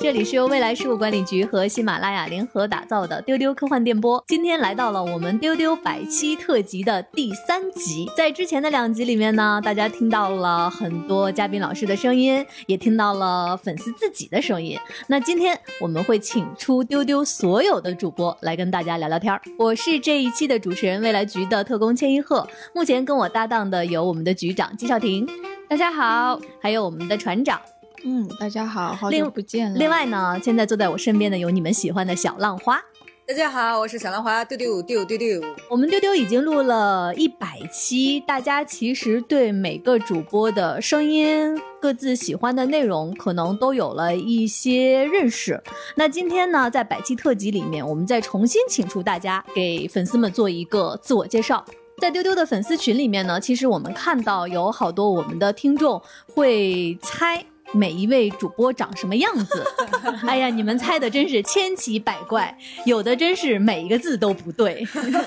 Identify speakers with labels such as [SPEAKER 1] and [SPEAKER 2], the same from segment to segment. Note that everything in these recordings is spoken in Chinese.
[SPEAKER 1] 这里是由未来事务管理局和喜马拉雅联合打造的丢丢科幻电波。今天来到了我们丢丢百期特辑的第三集，在之前的两集里面呢，大家听到了很多嘉宾老师的声音，也听到了粉丝自己的声音。那今天我们会请出丢丢所有的主播来跟大家聊聊天儿。我是这一期的主持人，未来局的特工千一鹤。目前跟我搭档的有我们的局长季少廷，
[SPEAKER 2] 大家好，
[SPEAKER 1] 还有我们的船长。
[SPEAKER 2] 嗯，大家好，好
[SPEAKER 1] 另
[SPEAKER 2] 久不见了。
[SPEAKER 1] 另，外呢，现在坐在我身边的有你们喜欢的小浪花。
[SPEAKER 3] 大家好，我是小浪花丢丢丢丢丢。
[SPEAKER 1] 我们丢丢已经录了一百期，大家其实对每个主播的声音、各自喜欢的内容，可能都有了一些认识。那今天呢，在百期特辑里面，我们再重新请出大家，给粉丝们做一个自我介绍。在丢丢的粉丝群里面呢，其实我们看到有好多我们的听众会猜每一位主播长什么样 子。哎呀，你们猜的真是千奇百怪，有的真是每一个字都不对。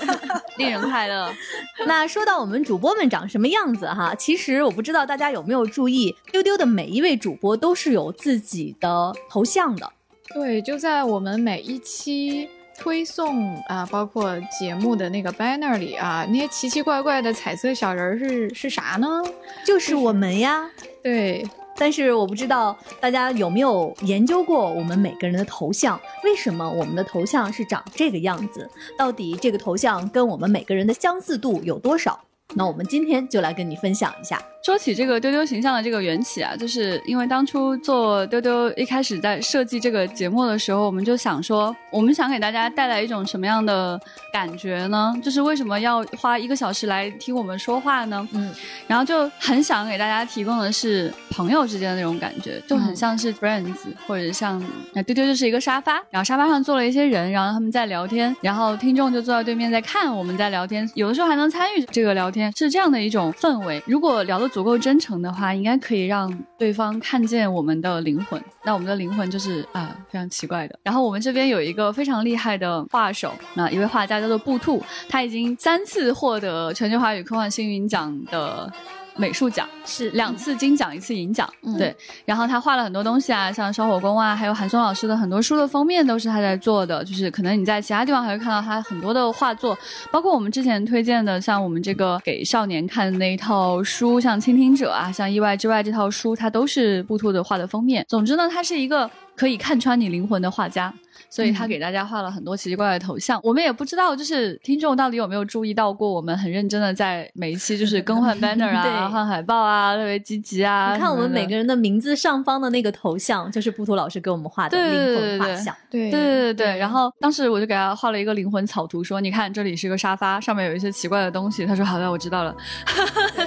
[SPEAKER 2] 令人快乐。
[SPEAKER 1] 那说到我们主播们长什么样子哈，其实我不知道大家有没有注意，丢丢的每一位主播都是有自己的头像的。
[SPEAKER 2] 对，就在我们每一期推送啊，包括节目的那个 banner 里啊，那些奇奇怪怪的彩色小人儿是是啥呢？
[SPEAKER 1] 就是我们呀。
[SPEAKER 2] 对，
[SPEAKER 1] 啊但是我不知道大家有没有研究过我们每个人的头像，为什么我们的头像是长这个样子？到底这个头像跟我们每个人的相似度有多少？那我们今天就来跟你分享一下。
[SPEAKER 4] 说起这个丢丢形象的这个缘起啊，就是因为当初做丢丢一开始在设计这个节目的时候，我们就想说，我们想给大家带来一种什么样的感觉呢？就是为什么要花一个小时来听我们说话呢？
[SPEAKER 1] 嗯，
[SPEAKER 4] 然后就很想给大家提供的是朋友之间的那种感觉，就很
[SPEAKER 2] 嗯
[SPEAKER 4] 像是 friends，、或者像那丢丢就是一个沙发，然后沙发上坐了一些人，然后他们在聊天，然后听众就坐在对面在看我们在聊天，有的时候还能参与这个聊天，是这样的一种氛围。如果聊得足够真诚的话，应该可以让对方看见我们的灵魂。那我们的灵魂就是啊、非常奇怪的。然后我们这边有一个非常厉害的画手，那一位画家叫做布兔，他已经三次获得全球华语科幻星云奖的美术奖，是两次金奖，一次银奖。
[SPEAKER 2] 嗯
[SPEAKER 4] 对，然后他画了很多东西啊，像烧火工啊，还有韩松老师的很多书的封面都是他在做的，就是可能你在其他地方还会看到他很多的画作，包括我们之前推荐的，像我们这个给少年看的那一套书，像《倾听者》啊，像《意外之外》这套书，它都是布兔的画的封面。总之呢，他是一个可以看穿你灵魂的画家。所以他给大家画了很多奇奇怪怪的头像，我们也不知道，就是听众到底有没有注意到过，我们很认真的在每一期就是更换 banner
[SPEAKER 1] 对
[SPEAKER 4] 啊、换海报啊，特别积极啊。
[SPEAKER 1] 你看我们
[SPEAKER 4] 什么的
[SPEAKER 1] 每个人的名字上方的那个头像，就是布图老师给我们画的
[SPEAKER 4] 对对
[SPEAKER 1] 灵
[SPEAKER 4] 对对
[SPEAKER 1] 魂画
[SPEAKER 4] 对
[SPEAKER 1] 像。
[SPEAKER 2] 对，
[SPEAKER 4] 对对对对，然后当时我就给他画了一个灵魂草图，说你看这里是个沙发，上面有一些奇怪的东西。他说好的，我知道了。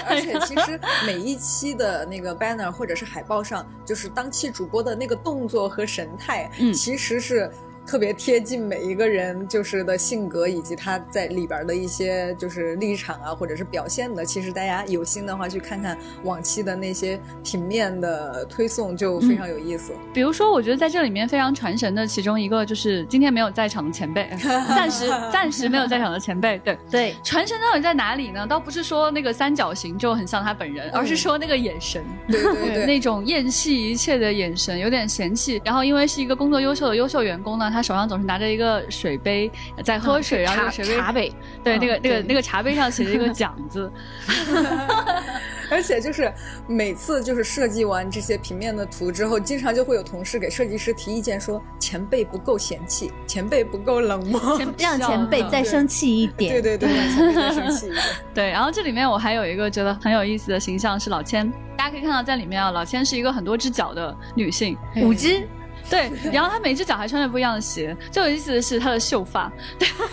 [SPEAKER 3] 而且其实每一期的那个 banner 或者是海报上，就是当期主播的那个动作和神态，
[SPEAKER 4] 嗯
[SPEAKER 3] 其实是特别贴近每一个人就是的性格以及他在里边的一些就是立场啊，或者是表现的。其实大家有心的话，去看看往期的那些平面的推送，就非常有意思。
[SPEAKER 4] 比如说，我觉得在这里面非常传神的其中一个就是今天没有在场 的前辈，暂时暂时没有在场的前辈，对。
[SPEAKER 1] 对，
[SPEAKER 4] 传神到底在哪里呢？倒不是说那个三角形就很像他本人，
[SPEAKER 1] 嗯
[SPEAKER 4] 而是说那个眼神，
[SPEAKER 3] 对对对，
[SPEAKER 4] 那种厌弃一切的眼神，有点嫌弃。然后因为是一个工作优秀的优秀员工呢，他手上总是拿着一个水杯在喝水，然后
[SPEAKER 2] 嗯
[SPEAKER 4] 那
[SPEAKER 2] 茶
[SPEAKER 4] 个水杯
[SPEAKER 2] 茶杯，
[SPEAKER 4] 对
[SPEAKER 2] 嗯
[SPEAKER 4] 那个那个
[SPEAKER 2] 对
[SPEAKER 4] 那个茶杯上写着一个奖字，
[SPEAKER 3] 而且就是每次就是设计完这些平面的图之后，经常就会有同事给设计师提意见说，前辈不够嫌弃，前辈不够冷漠。
[SPEAKER 4] 前
[SPEAKER 1] 让前辈再生气一点。
[SPEAKER 3] 对对 对，让前辈再生气一点。
[SPEAKER 4] 对，然后这里面我还有一个觉得很有意思的形象是老千，大家可以看到在里面啊，老千是一个很多只脚的女性，
[SPEAKER 2] 对
[SPEAKER 1] 五只，
[SPEAKER 4] 对，然后她每只脚还穿着不一样的鞋，最有意思的是她的秀发，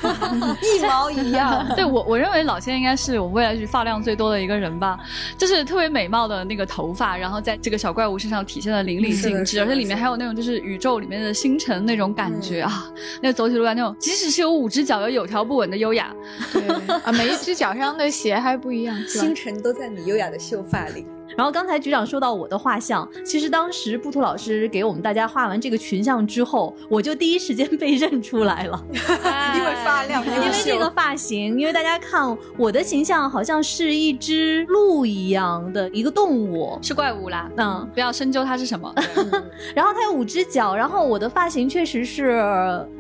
[SPEAKER 3] 一毛一样。
[SPEAKER 4] 对我，我认为老千应该是我未来是发量最多的一个人吧，就是特别美貌的那个头发，然后在这个小怪物身上体现的淋漓
[SPEAKER 3] 是的
[SPEAKER 4] 尽
[SPEAKER 3] 是
[SPEAKER 4] 致，
[SPEAKER 3] 的
[SPEAKER 4] 而且里面
[SPEAKER 3] 是的
[SPEAKER 4] 还有那种就是宇宙里面的星辰那种感觉、
[SPEAKER 3] 嗯
[SPEAKER 4] 啊，那个走起路来那种，即使是有五只脚又有条不紊的优雅，
[SPEAKER 2] 对啊，每一只脚上的鞋还不一样，是吧
[SPEAKER 3] 星辰都在你优雅的秀发里。
[SPEAKER 1] 然后刚才局长说到我的画像，其实当时布图老师给我们大家画完这个群像之后，我就第一时间被认出来了。
[SPEAKER 3] 因为发量优秀，
[SPEAKER 1] 因为这个发型，因为大家看我的形象好像是一只鹿一样的一个动物，
[SPEAKER 4] 是怪物啦，
[SPEAKER 1] 嗯，
[SPEAKER 4] 不要啊深究它是 什么。
[SPEAKER 1] 然后它有五只脚，然后我的发型确实是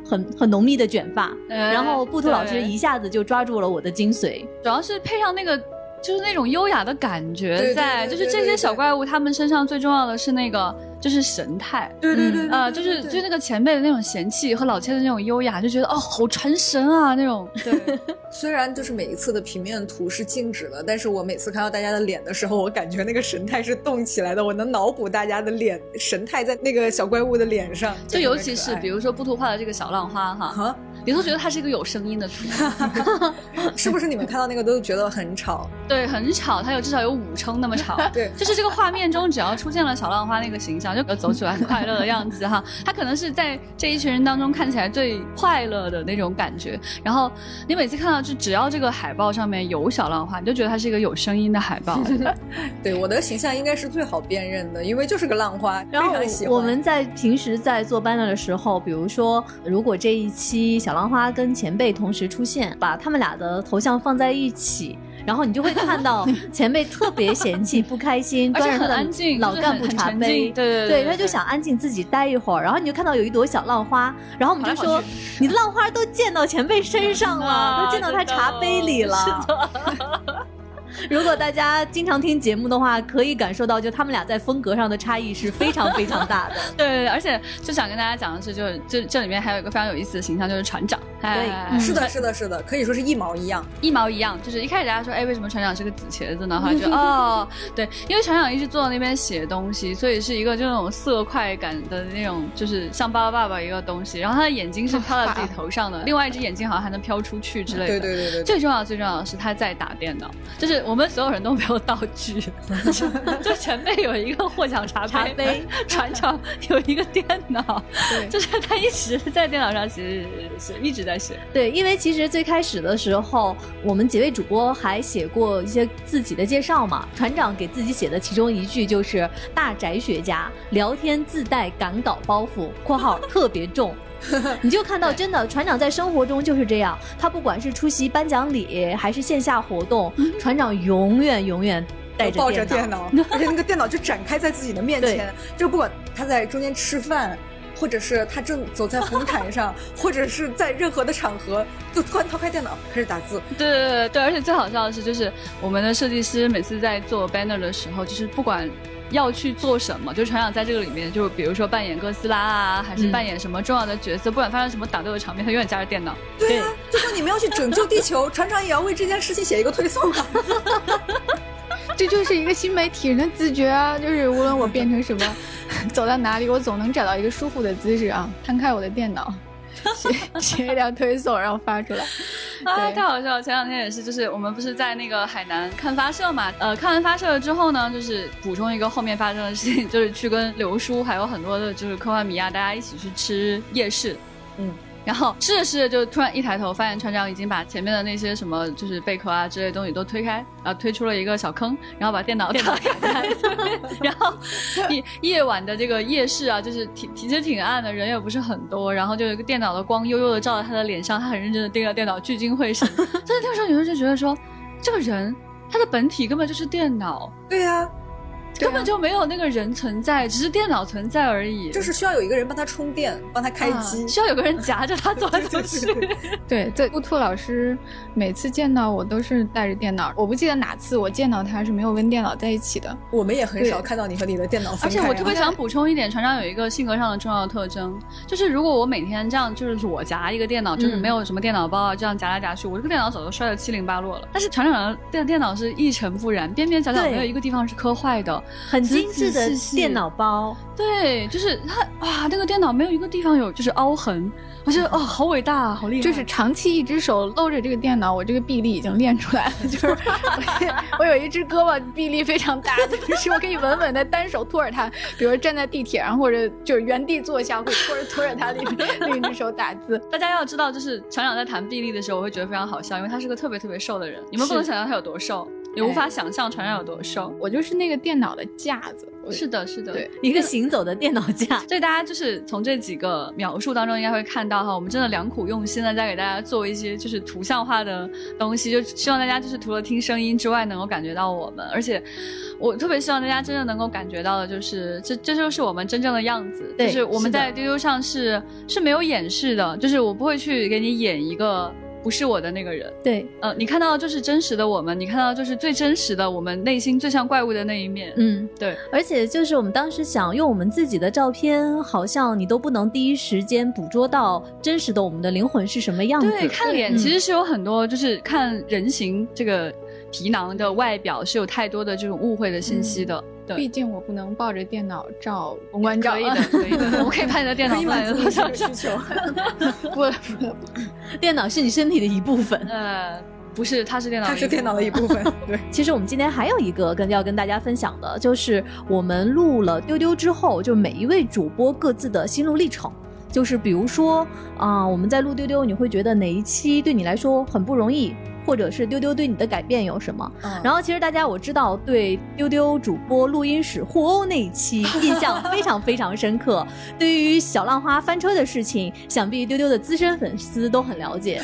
[SPEAKER 1] 很很浓密的卷发，
[SPEAKER 4] 哎
[SPEAKER 1] 然后布兔老师
[SPEAKER 4] 对
[SPEAKER 1] 一下子就抓住了我的精髓，
[SPEAKER 4] 主要是配上那个。就是那种优雅的感觉
[SPEAKER 3] 对
[SPEAKER 4] 在，
[SPEAKER 3] 对对
[SPEAKER 4] 就是
[SPEAKER 3] 对
[SPEAKER 4] 这
[SPEAKER 3] 对
[SPEAKER 4] 些
[SPEAKER 3] 对
[SPEAKER 4] 小怪物，它们身上最重要的是那个，就是神态，
[SPEAKER 3] 对对对，
[SPEAKER 4] 呃，就是就那个前辈的那种贤气和老千的那种优雅，就觉得哦，好传神啊那种。
[SPEAKER 3] 对，虽然就是每一次的平面图是静止的，但是我每次看到大家的脸的时候，我感觉那个神态是动起来的，我能脑补大家的脸神态在那个小怪物的脸上，
[SPEAKER 4] 就尤其是比
[SPEAKER 3] 如
[SPEAKER 4] 如说布图画的这个小浪花哈，
[SPEAKER 3] 啊，
[SPEAKER 4] 你都觉得它是一个有声音的图，
[SPEAKER 3] 是不是你们看到那个都觉得很吵？
[SPEAKER 4] 对，很吵，它有至少有五声那么吵。
[SPEAKER 3] 对，
[SPEAKER 4] 就是这个画面中，只要出现了小浪花那个形象， 就走起来很快乐的样子哈。 他可能是在这一群人当中看起来最快乐的那种感觉。然后你每次看到，就只要这个海报上面有小浪花，你就觉得它是一个有声音的海报。
[SPEAKER 3] 对，我的形象应该是最好辨认的，因为就是个浪花，非
[SPEAKER 1] 然后
[SPEAKER 3] 常喜欢。
[SPEAKER 1] 哦我们在平时在做 banner 的时候，比如说，如果这一期小浪花跟前辈同时出现，把他们俩的头像放在一起，然后你就会 看到前辈特别嫌弃、不开心，
[SPEAKER 4] 而且
[SPEAKER 1] 端着
[SPEAKER 4] 很
[SPEAKER 1] 他的
[SPEAKER 4] 安静，
[SPEAKER 1] 老
[SPEAKER 4] 就是很
[SPEAKER 1] 干部
[SPEAKER 4] 很
[SPEAKER 1] 茶
[SPEAKER 4] 沉
[SPEAKER 1] 杯
[SPEAKER 4] 静。对对
[SPEAKER 1] 对，他就想安静自己待一会儿，然后你就看到有一朵小浪花，然后我们就
[SPEAKER 4] 跑来跑
[SPEAKER 1] 说，你的浪花都溅到前辈身 上了，
[SPEAKER 4] 啊
[SPEAKER 1] 都溅到他
[SPEAKER 4] 真的
[SPEAKER 1] 茶杯里了。
[SPEAKER 4] 是
[SPEAKER 1] 如果大家经常听节目的话，可以感受到，就他们俩在风格上的差异是非常非常大的。
[SPEAKER 4] 对 对，对而且就想跟大家讲的是，就是这这里面还有一个非常有意思的形象，就是船长。哎
[SPEAKER 1] 嗯
[SPEAKER 3] 是的，是的，是的，可以说是一毛一样。
[SPEAKER 4] 一毛一样，就是一开始大家说，哎，为什么船长是个紫茄子呢？后来就 哦，对，因为船长一直坐在那边写东西，所以是一个这种色块感的那种，就是像巴巴爸爸一个东西。然后他的眼睛是飘在自己头上 的，另外一只眼睛好像还能飘出去之类的。
[SPEAKER 3] 对对对对对，
[SPEAKER 4] 最重要最重要的是他在打电脑，就是我们所有人都没有道 具，就前辈有一个获 奖茶杯，
[SPEAKER 1] 茶杯
[SPEAKER 4] 船长有一个电脑，
[SPEAKER 3] 对
[SPEAKER 4] 就是他一直在电脑上写写写，一直在写。
[SPEAKER 1] 对，因为其实最开始的时候，我们几位主播还写过一些自己的介绍嘛。船长给自己写的其中一句就是“大宅学家，聊天自带赶稿包袱（括号特别重）”。 你就看到，真的船长在生活中就是这样，他不管是出席颁奖礼还是线下活动，船长永远永远带着
[SPEAKER 3] 嗯抱着
[SPEAKER 1] 电
[SPEAKER 3] 电
[SPEAKER 1] 脑。
[SPEAKER 3] 脑，而且那个电脑就展开在自己的面前，就不管他在中间吃饭，或者是他正走在红毯上， 或者是在任何的场合，就突然掏开电脑开始打字。
[SPEAKER 4] 对对对对，而且最好笑的是，就是我们的设计师每次在做 banner 的时候，就是不管。要去做什么？就是船长在这个里面，就是比如说扮演哥斯拉啊，还是
[SPEAKER 1] 嗯
[SPEAKER 4] 扮演什么重要的角色，不管发生什么打斗的场面，他永远夹着电脑。
[SPEAKER 1] 对，
[SPEAKER 3] 啊就说你们要去拯救地球，船长也要为这件事情写一个推送啊。
[SPEAKER 2] 这就是一个新媒体人的自觉啊！就是无论我变成什么， 走到哪里，我总能找到一个舒服的姿势啊！摊开我的电脑， 写写一条推送，然后发出来。
[SPEAKER 4] 啊，
[SPEAKER 2] 对
[SPEAKER 4] 太好笑了！前两天也是，就是我们不是在那个海南看发射嘛，呃，看完发射了之后呢，就是补充一个后面发生的事情，就是去跟刘叔还有很多的就是科幻迷啊，大家一起去吃夜市，
[SPEAKER 3] 嗯。
[SPEAKER 4] 然后吃着吃着，就突然一抬头，发现船长已经把前面的那些什么就是贝壳啊之类的东西都推开，啊，推出了一个小坑，然后把电脑打开，然后 夜夜晚的这个夜市啊，就是挺其实挺暗的，人也不是很多，然后就有一个电脑的光悠悠的照在他的脸上，他很认真的盯着电脑，聚精 会神。但是那个时候，有人就觉得说，这个人他的本体根本就是电脑，
[SPEAKER 3] 对呀、
[SPEAKER 4] 根本就没有那个人存在，只是电脑存在而已。
[SPEAKER 3] 就是需要有一个人帮他充电，帮他开机。
[SPEAKER 4] 啊需要有个人夹着他走来走
[SPEAKER 3] 对对
[SPEAKER 4] 去。
[SPEAKER 2] 对，这乌兔老师每次见到我都是带着电脑，我不记得哪次我见到他是没有跟电脑在一起的。
[SPEAKER 3] 我们也很少看到你和你的电脑
[SPEAKER 4] 而
[SPEAKER 3] 分开、
[SPEAKER 4] 且
[SPEAKER 3] 啊。
[SPEAKER 4] 我特别想补充一点，船长有一个性格上的重要特征，就是如果我每天这样就是裸夹一个电脑，
[SPEAKER 1] 嗯
[SPEAKER 4] 就是没有什么电脑包啊，这样夹来夹去，我这个电脑早就摔得七零八落了。但是船长的电电脑是一尘不染，边边角角
[SPEAKER 1] 对
[SPEAKER 4] 没有一个地方是磕坏的。
[SPEAKER 1] 很精致的
[SPEAKER 4] 仔仔细细
[SPEAKER 1] 电脑包。
[SPEAKER 4] 对，就是他哇，那个电脑没有一个地方有就是凹痕，我觉得哦，好伟大啊，好厉害。
[SPEAKER 2] 就是长期一只手搂着这个电脑，我这个臂力已经练出来了。就是我我 有一只胳膊臂力非常大，就是我可以稳稳的单手托着它，比如站在地铁上或者就是原地坐下，会拖着拖着它另一另一只手打字。
[SPEAKER 4] 大家要知道，就是船长在谈臂力的时候，我会觉得非常好笑，因为他是个特别特别瘦的人，你们不能
[SPEAKER 2] 是哎
[SPEAKER 4] 想象他有多瘦，也无法想象船长有多瘦。
[SPEAKER 2] 我就是那个电脑的架子，我
[SPEAKER 4] 是的，是的，
[SPEAKER 2] 对。
[SPEAKER 1] 一个行走的电脑架。
[SPEAKER 4] 所以大家就是从这几个描述当中，应该会看到哈，我们真的良苦用心的在给大家做一些就是图像化的东西，就希望大家就是除了听声音之外，能够感觉到我们。而且，我特别希望大家真的能够感觉到的，就是这这就是我们真正的样子，
[SPEAKER 1] 对
[SPEAKER 4] 就是我
[SPEAKER 1] 是
[SPEAKER 4] 们
[SPEAKER 1] 的
[SPEAKER 4] 在丢丢上是是没有掩饰的，就是我不会去给你演一个不是我的那个人。
[SPEAKER 1] 对，
[SPEAKER 4] 呃，你看到就是真实的我们，你看到就是最真实的我们内心最像怪物的那一面。
[SPEAKER 1] 嗯，
[SPEAKER 4] 对，
[SPEAKER 1] 而且就是我们当时想用我们自己的照片，好像你都不能第一时间捕捉到真实的我们的灵魂是什么样子。
[SPEAKER 4] 对，看脸
[SPEAKER 1] 嗯
[SPEAKER 4] 其实是有很多，就是看人形这个皮囊的外表是有太多的这种误会的信息的。
[SPEAKER 2] 毕
[SPEAKER 4] 对，
[SPEAKER 2] 竟 我不能抱着电脑照公关照，
[SPEAKER 4] 可以的，可以
[SPEAKER 5] 嗯
[SPEAKER 4] 的，我们可以把你的电脑
[SPEAKER 3] 可以
[SPEAKER 4] 放
[SPEAKER 3] 满
[SPEAKER 4] 在
[SPEAKER 3] 足
[SPEAKER 4] 头
[SPEAKER 3] 你这
[SPEAKER 4] 像
[SPEAKER 3] 个
[SPEAKER 4] 上
[SPEAKER 3] 需。 求。
[SPEAKER 2] 不不不，
[SPEAKER 1] 电脑是你身体的一部分。
[SPEAKER 4] 呃，不是，它是电脑，
[SPEAKER 3] 它是电脑的一 部分，对，
[SPEAKER 1] 其实我们今天还有一个跟要跟大家分享的，就是我们录了丢丢之后，就每一位主播各自的心路历程。就是比如说，啊、我们在录丢丢，你会觉得哪一期对你来说很不容易，或者是丢丢对你的改变有什么？然
[SPEAKER 3] 后
[SPEAKER 1] 后其实大家我知道对丢丢主播录音室互殴那一期印象非常非常深刻。对于小浪花翻车的事情，想必丢丢的资深粉丝都很了解。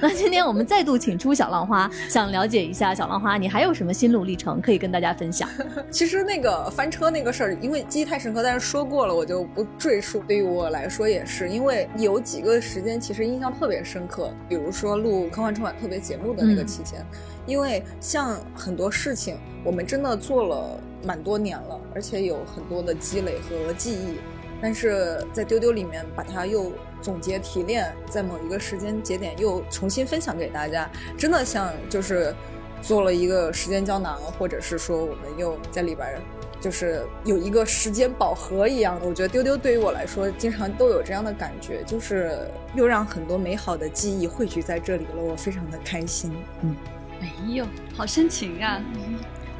[SPEAKER 1] 那今天我们再度请出小浪花，想了解一下小浪花，你还有什么心路历程可以跟大家分享？
[SPEAKER 3] 其实那个翻车那个事儿，因为记忆太深刻，但是说过了，我就不赘述。对于我来说也是，因为有几个时间其实印象特别深刻，比如说录科幻春晚特别节目的那个
[SPEAKER 1] 嗯
[SPEAKER 3] 期间，因为像很多事情，我们真的做了蛮多年了，而且有很多的积累和记忆。但是在丢丢里面把它又总结提炼，在某一个时间节点又重新分享给大家，真的像就是做了一个时间胶囊，或者是说我们又在里边儿就是有一个时间宝盒一样的。我觉得丢丢对于我来说，经常都有这样的感觉，就是又让很多美好的记忆汇聚在这里了，我非常的开心。嗯，
[SPEAKER 4] 没有，好深情啊！
[SPEAKER 1] 嗯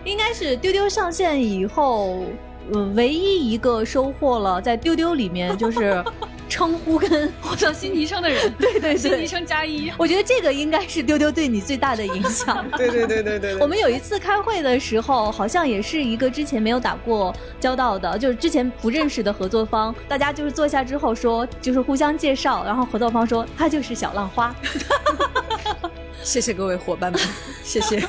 [SPEAKER 1] 应该是丢丢上线以后，呃，唯一一个收获了在丢丢里面就是称呼跟
[SPEAKER 4] 我叫新提升的 人， 对对新提升加一。
[SPEAKER 1] 我觉得这个应该是丢丢对你最大的影响。
[SPEAKER 3] 对对对对对
[SPEAKER 1] 我们有一次开会的时候，好像也是一个之前没有打过交道的，就是之前不认识的合作方，大家就是坐下之后说，就是互相介绍，然后合作方说他就是小浪花，
[SPEAKER 3] 谢谢各位伙伴们，谢谢。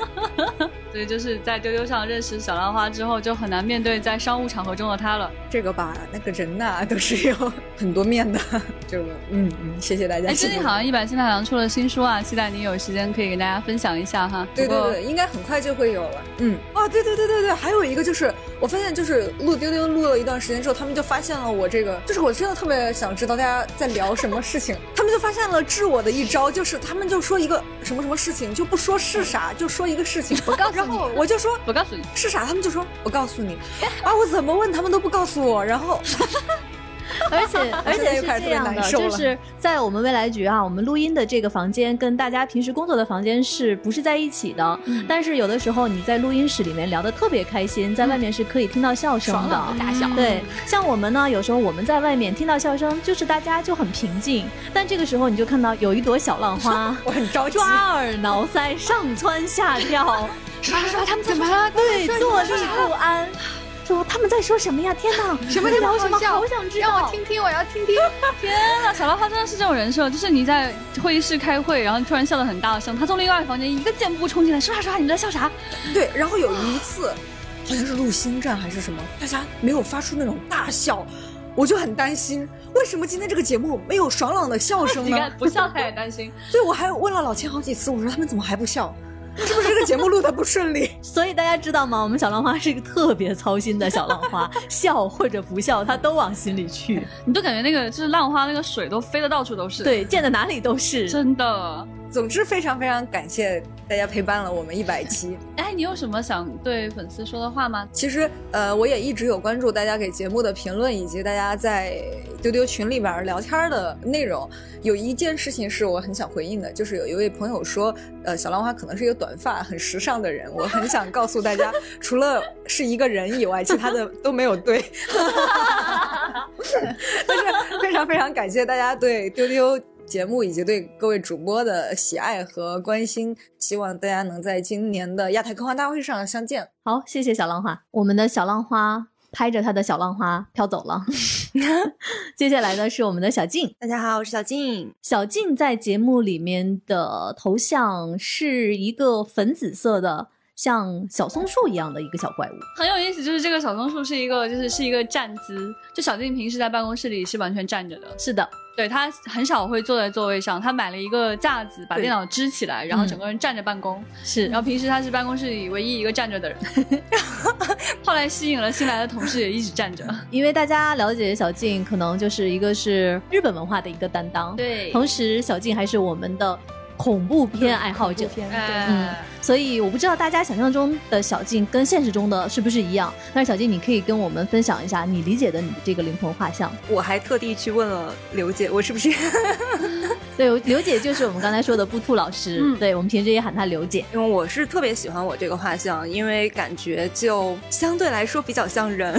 [SPEAKER 4] 所以就是在丢丢上认识小浪花之后，就很难面对在商务场合中的他了。
[SPEAKER 3] 这个吧，那个人呐、啊都是有很多面的，就 嗯嗯，谢谢大家。
[SPEAKER 4] 哎，
[SPEAKER 3] 谢
[SPEAKER 4] 最
[SPEAKER 3] 谢
[SPEAKER 4] 近好像一百新太郎出了新书啊，期待你有时间可以给大家分享一下哈。
[SPEAKER 3] 对
[SPEAKER 4] 不
[SPEAKER 3] 对
[SPEAKER 4] 过
[SPEAKER 3] 对，应该很快就会有了。 嗯，啊，对对对对对，还有一个就是，我发现就是录丢丢录了一段时间之后，他们就发现了我这个，就是我真的特别想知道大家在聊什么事情，他们就发现了治我的一招，就是他们就说一个什么什么事情，就不说是啥，就说一个事情，我告诉然后我就说
[SPEAKER 4] 我告诉你，
[SPEAKER 3] 是啥，他们就说我告诉 你，啊，我怎么问他们都不告诉我，然后
[SPEAKER 1] 而 且而
[SPEAKER 3] 现在
[SPEAKER 1] 且
[SPEAKER 3] 又
[SPEAKER 1] 是
[SPEAKER 3] 开始特
[SPEAKER 1] 这
[SPEAKER 3] 别
[SPEAKER 1] 样的，
[SPEAKER 3] 难受
[SPEAKER 1] 就
[SPEAKER 3] 了
[SPEAKER 1] 是在我们未来局啊，我们录音的这个房间跟大家平时工作的房间是不是在一起的？
[SPEAKER 3] 嗯
[SPEAKER 1] 但是有的时候你在录音室里面聊得特别开心，在外面是可以听到笑声
[SPEAKER 2] 爽
[SPEAKER 1] 的。
[SPEAKER 2] 朗的大小，
[SPEAKER 1] 对，像我们呢，有时候我们在外面听到笑声，就是大家就很平静，但这个时候你就看到有一朵小浪花
[SPEAKER 3] 我很着急，
[SPEAKER 1] 抓耳挠腮、上蹿下 跳，
[SPEAKER 2] 刷刷他们怎么了？
[SPEAKER 1] 对，坐立不安。说他们在说什么呀？天哪，什么在聊什么？
[SPEAKER 2] 笑
[SPEAKER 1] 好想知道。
[SPEAKER 2] 让我听听，我要听听。
[SPEAKER 4] 啊，小浪花真的是这种人设，就是你在会议室开会，然后突然笑得很大声，他从另外一个房间一个箭步冲进来，说啥说啥，你们在笑啥？
[SPEAKER 3] 对，然后有一次，好像是录星战还是什么，大家没有发出那种大笑，我就很担心，为什么今天这个节目没有爽朗的笑声
[SPEAKER 4] 你
[SPEAKER 3] 呢？
[SPEAKER 4] 看不笑他也担心。
[SPEAKER 3] 对，我还问了老千好几次，我说他们怎么还不笑？是不是这个节目录的不顺利？
[SPEAKER 1] 所以大家知道吗？我们小浪花是一个特别操心的小浪花， 笑或者不笑，他都往心里 去。
[SPEAKER 4] 你都感觉那个就是浪花，那个水都飞的到处都是。，
[SPEAKER 1] 对，见的 哪里都是。
[SPEAKER 4] 真的。
[SPEAKER 3] 总之非常非常感谢大家陪伴了我们一百期。
[SPEAKER 4] 哎，你有什么想对粉丝说的话吗？
[SPEAKER 3] 其实呃，我也一直有关注大家给节目的评论，以及大家在丢丢群里边儿聊天儿的内容。有一件事情是我很想回应的，就是有一位朋友说，呃，小浪花可能是一个短发、很时尚的人。我很想告诉大家，除了是一个人以外，其他的都没有对。但是 非常非常感谢大家对丢丢。节目以及对各位主播的喜爱和关心，希望大家能在今年的亚太科幻大会上相见。
[SPEAKER 1] 好，谢谢小浪花。我们的小浪花拍着他的小浪花飘走了。 接下来呢是我们的小静，
[SPEAKER 6] 大家好，我是小静。
[SPEAKER 1] 小静在节目里面的头像是一个粉紫色的，像小松树一样的一个小怪物。
[SPEAKER 4] 很有意思，就是这个小松树是一个，就是是一个站姿。就小静平时在办公室里是完全站着的，
[SPEAKER 1] 是的，
[SPEAKER 4] 对她很少会坐在座位上。她买了一个架子，把
[SPEAKER 1] 对
[SPEAKER 4] 电脑支起来，然后
[SPEAKER 1] 嗯
[SPEAKER 4] 整个人站着办公。
[SPEAKER 1] 是
[SPEAKER 4] 然后平时她是办公室里唯一一个站着的 人，后来吸引了新来的同事也一直站着。
[SPEAKER 1] 因为大家了解小静，可能就是一个是日本文化的一个担当，
[SPEAKER 4] 对
[SPEAKER 1] 同时小静还是我们的恐怖片爱好者。嗯
[SPEAKER 6] 片
[SPEAKER 4] 哎，
[SPEAKER 1] 所以我不知道大家想象中的小静跟现实中的是不是一样，但是小静，你可以跟我们分享一下你理解的你这个灵魂画像。
[SPEAKER 6] 我还特地去问了刘姐，我是不是？
[SPEAKER 1] 对，刘姐就是我们刚才说的布兔老师，
[SPEAKER 4] 嗯
[SPEAKER 1] 对我们平时也喊她刘姐。
[SPEAKER 6] 因为我是特别喜欢我这个画像，因为感觉就相对来说比较像人，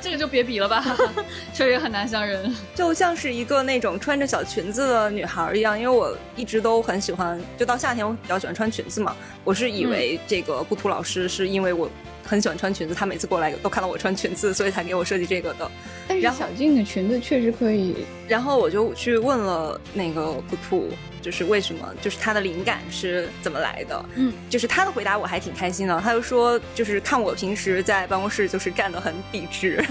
[SPEAKER 4] 这个就别比了吧， 确实很难像人。
[SPEAKER 6] 就像是一个那种穿着小裙子的女孩儿一样。因为我一直都很喜欢，就到夏天我比较喜欢穿裙子嘛。我是以
[SPEAKER 1] 嗯
[SPEAKER 6] 为这个布图老师是因为我很喜欢穿裙子，他每次过来都看到我穿裙子，所以才给我设计这个的。
[SPEAKER 2] 但是
[SPEAKER 6] 然后
[SPEAKER 2] 小静的裙子确实可以，
[SPEAKER 6] 然后我就去问了那个布兔，就是为什么，就是他的灵感是怎么来的？
[SPEAKER 4] 嗯，
[SPEAKER 6] 就是他的回答我还挺开心的。他就说，就是看我平时在办公室就是站得很笔 直，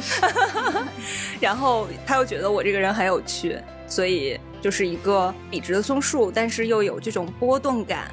[SPEAKER 6] 然后他又觉得我这个人很有趣，所以就是一个笔直的松树，但是又有这种波动感，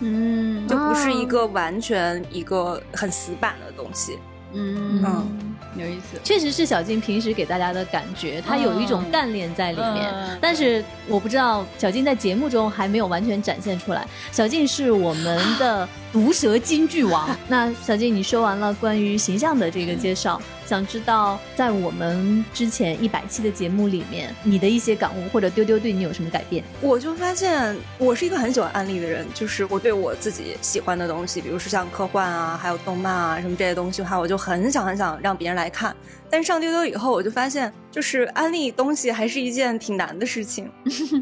[SPEAKER 4] 嗯
[SPEAKER 6] 就不是一
[SPEAKER 7] 哦
[SPEAKER 6] 个完全一个很死板的东西。
[SPEAKER 4] 嗯
[SPEAKER 6] 嗯
[SPEAKER 4] 有意思。
[SPEAKER 1] 确实是小静平时给大家的感觉，她有一种
[SPEAKER 4] 嗯
[SPEAKER 1] 干练在里面。
[SPEAKER 4] 嗯
[SPEAKER 1] 但是我不知道小静在节目中还没有完全展现出来。小静是我们 的毒舌金句王。那小静，你说完了关于形象的这个介绍，想知道在我们之前一百期的节目里面，你的一些感悟或者丢丢对你有什么改变？
[SPEAKER 6] 我就发现我是一个很喜欢案例的人，就是我对我自己喜欢的东西，比如说像科幻啊，还有动漫啊什么这些东西的话，我就很想很想让别人来看。但是上丢丢以后，我就发现，就是安利东西还是一件挺难的事情。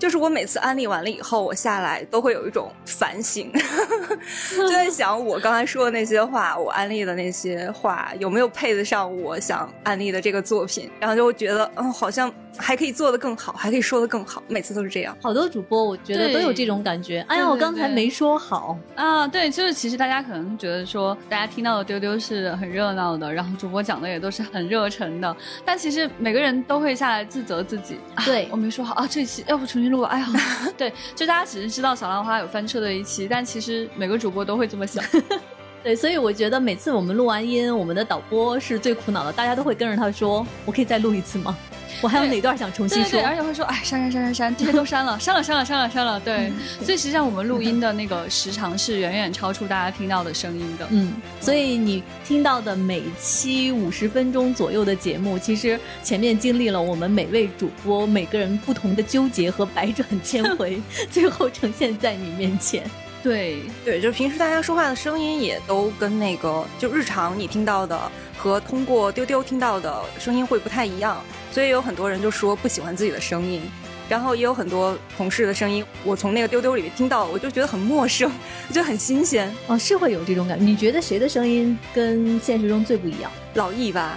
[SPEAKER 6] 就是我每次安利完了以后，我下来都会有一种反省， 就在想我刚才说的那些话，我安利的那些话有没有配得上我想安利的这个作品，然后就会觉得，嗯，好像还可以做得更好，还可以说得更好，每次都是这样。
[SPEAKER 1] 好多主播我觉得
[SPEAKER 4] 对
[SPEAKER 1] 都有这种感觉。哎呀，
[SPEAKER 4] 对
[SPEAKER 1] 我刚才
[SPEAKER 4] 对
[SPEAKER 1] 没说好。
[SPEAKER 4] 啊，对，就是其实大家可能觉得说，大家听到的丢丢是很热闹的，然后主播讲的也都是很热忱的，但其实每个人都会下来自责自己，啊
[SPEAKER 1] 对
[SPEAKER 4] 我没说好啊，这一期要不重新录吧， 哎呀，对，就大家只是知道小浪花有翻车的一期，但其实每个主播都会这么想，
[SPEAKER 1] 对，所以我觉得每次我们录完音，我们的导播是最苦恼的，大家都会跟着他说：“我可以再录一次吗？我还有
[SPEAKER 4] 对
[SPEAKER 1] 哪段想重
[SPEAKER 4] 对
[SPEAKER 1] 新
[SPEAKER 4] 对
[SPEAKER 1] 说
[SPEAKER 4] 对，而且会说，哎，删删删删删，这些都删了，删了删了删了删了，
[SPEAKER 1] 嗯
[SPEAKER 4] 对，所以实际上我们录音的那个时长是远远超出大家听到的声音的？”，
[SPEAKER 1] 嗯，所以你听到的每期五十分钟左右的节目，其实前面经历了我们每位主播每个人不同的纠结和百转千回，最后呈现在你面前。
[SPEAKER 4] 对，
[SPEAKER 6] 对，就平时大家说话的声音也都跟那个就日常你听到的和通过丢丢听到的声音会不太一样，所以有很多人就说不喜欢自己的声音，然后也有很多同事的声音，我从那个丢丢里面听到，我就觉得很陌生，我觉得很新鲜。
[SPEAKER 1] 哦，是会有这种感觉。你觉得谁的声音跟现实中最不一样？
[SPEAKER 6] 老易吧，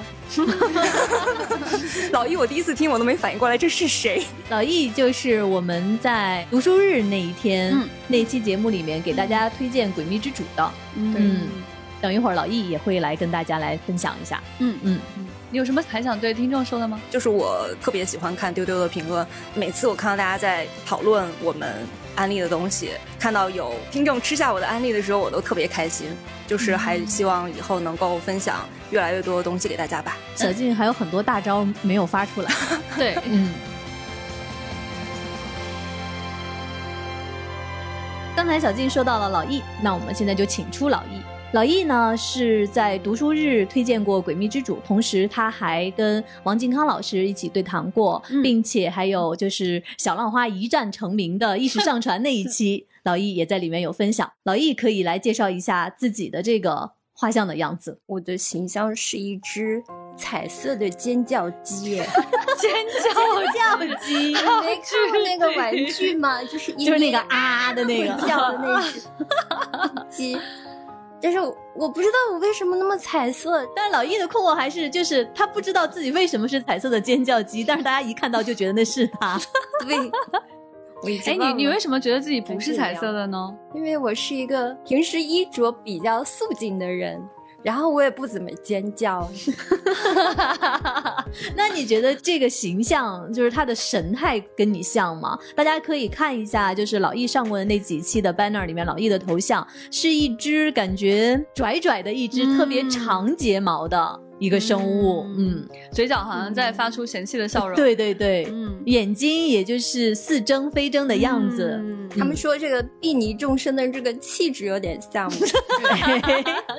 [SPEAKER 6] 老易，我第一次听我都没反应过来这是谁，
[SPEAKER 1] 老易就是我们在读书日那一天、
[SPEAKER 4] 嗯
[SPEAKER 1] 那期节目里面给大家推荐《诡秘之主》的。嗯，等一会儿老易也会来跟大家来分享一下。
[SPEAKER 4] 嗯
[SPEAKER 1] 嗯，
[SPEAKER 4] 你有什么还想对听众说的吗？
[SPEAKER 6] 就是我特别喜欢看丢丢的评论，每次我看到大家在讨论我们安利的东西，看到有听众吃下我的安利的时候，我都特别开心。就是
[SPEAKER 4] 嗯
[SPEAKER 6] 还希望以后能够分享越来越多的东西给大家吧。
[SPEAKER 1] 小静还有很多大招没有发出来。
[SPEAKER 4] 对，
[SPEAKER 1] 嗯。刚才小静说到了老易，那我们现在就请出老易。老易呢是在读书日推荐过《诡秘之主》，同时他还跟王靖康老师一起对谈过，
[SPEAKER 4] 嗯
[SPEAKER 1] 并且还有就是小浪花一战成名的一时上传那一 期，老易也在里面有分享。老易可以来介绍一下自己的这个画像的样子。
[SPEAKER 8] 我的形象是一只彩色的尖叫鸡 哎耶，
[SPEAKER 1] 尖 叫叫鸡，
[SPEAKER 8] 你没看过那个玩具吗？就是一
[SPEAKER 1] 就是那
[SPEAKER 8] 捏
[SPEAKER 1] 个啊的那
[SPEAKER 8] 会
[SPEAKER 1] 个。
[SPEAKER 8] 叫的那只鸡。但是我不知道我为什么那么彩色，
[SPEAKER 1] 但老易的困惑还是就是他不知道自己为什么是彩色的尖叫鸡，但是大家一看到就觉得那是他。
[SPEAKER 8] 对，我已
[SPEAKER 4] 哎，
[SPEAKER 8] 经忘
[SPEAKER 4] 你
[SPEAKER 8] 了
[SPEAKER 4] 你为什么觉得自己不是
[SPEAKER 8] 还是
[SPEAKER 4] 彩色的呢？
[SPEAKER 8] 因为我是一个平时衣着比较素净的人，然后我也不怎么尖 叫，
[SPEAKER 1] 那你觉得这个形象就是他的神态跟你像吗？大家可以看一下，就是老易上过的那几期的 banner 里面，老易的头像是一只感觉拽拽的一只
[SPEAKER 4] 嗯
[SPEAKER 1] 特别长睫毛的一个生物，嗯，
[SPEAKER 4] 嘴角好像在发出嫌弃的笑容。，
[SPEAKER 1] 对对对，
[SPEAKER 4] 嗯，
[SPEAKER 1] 眼睛也就是似睁非睁的样子。
[SPEAKER 4] 嗯
[SPEAKER 8] 他们 说这个睥睨众生的这个气质有点像我，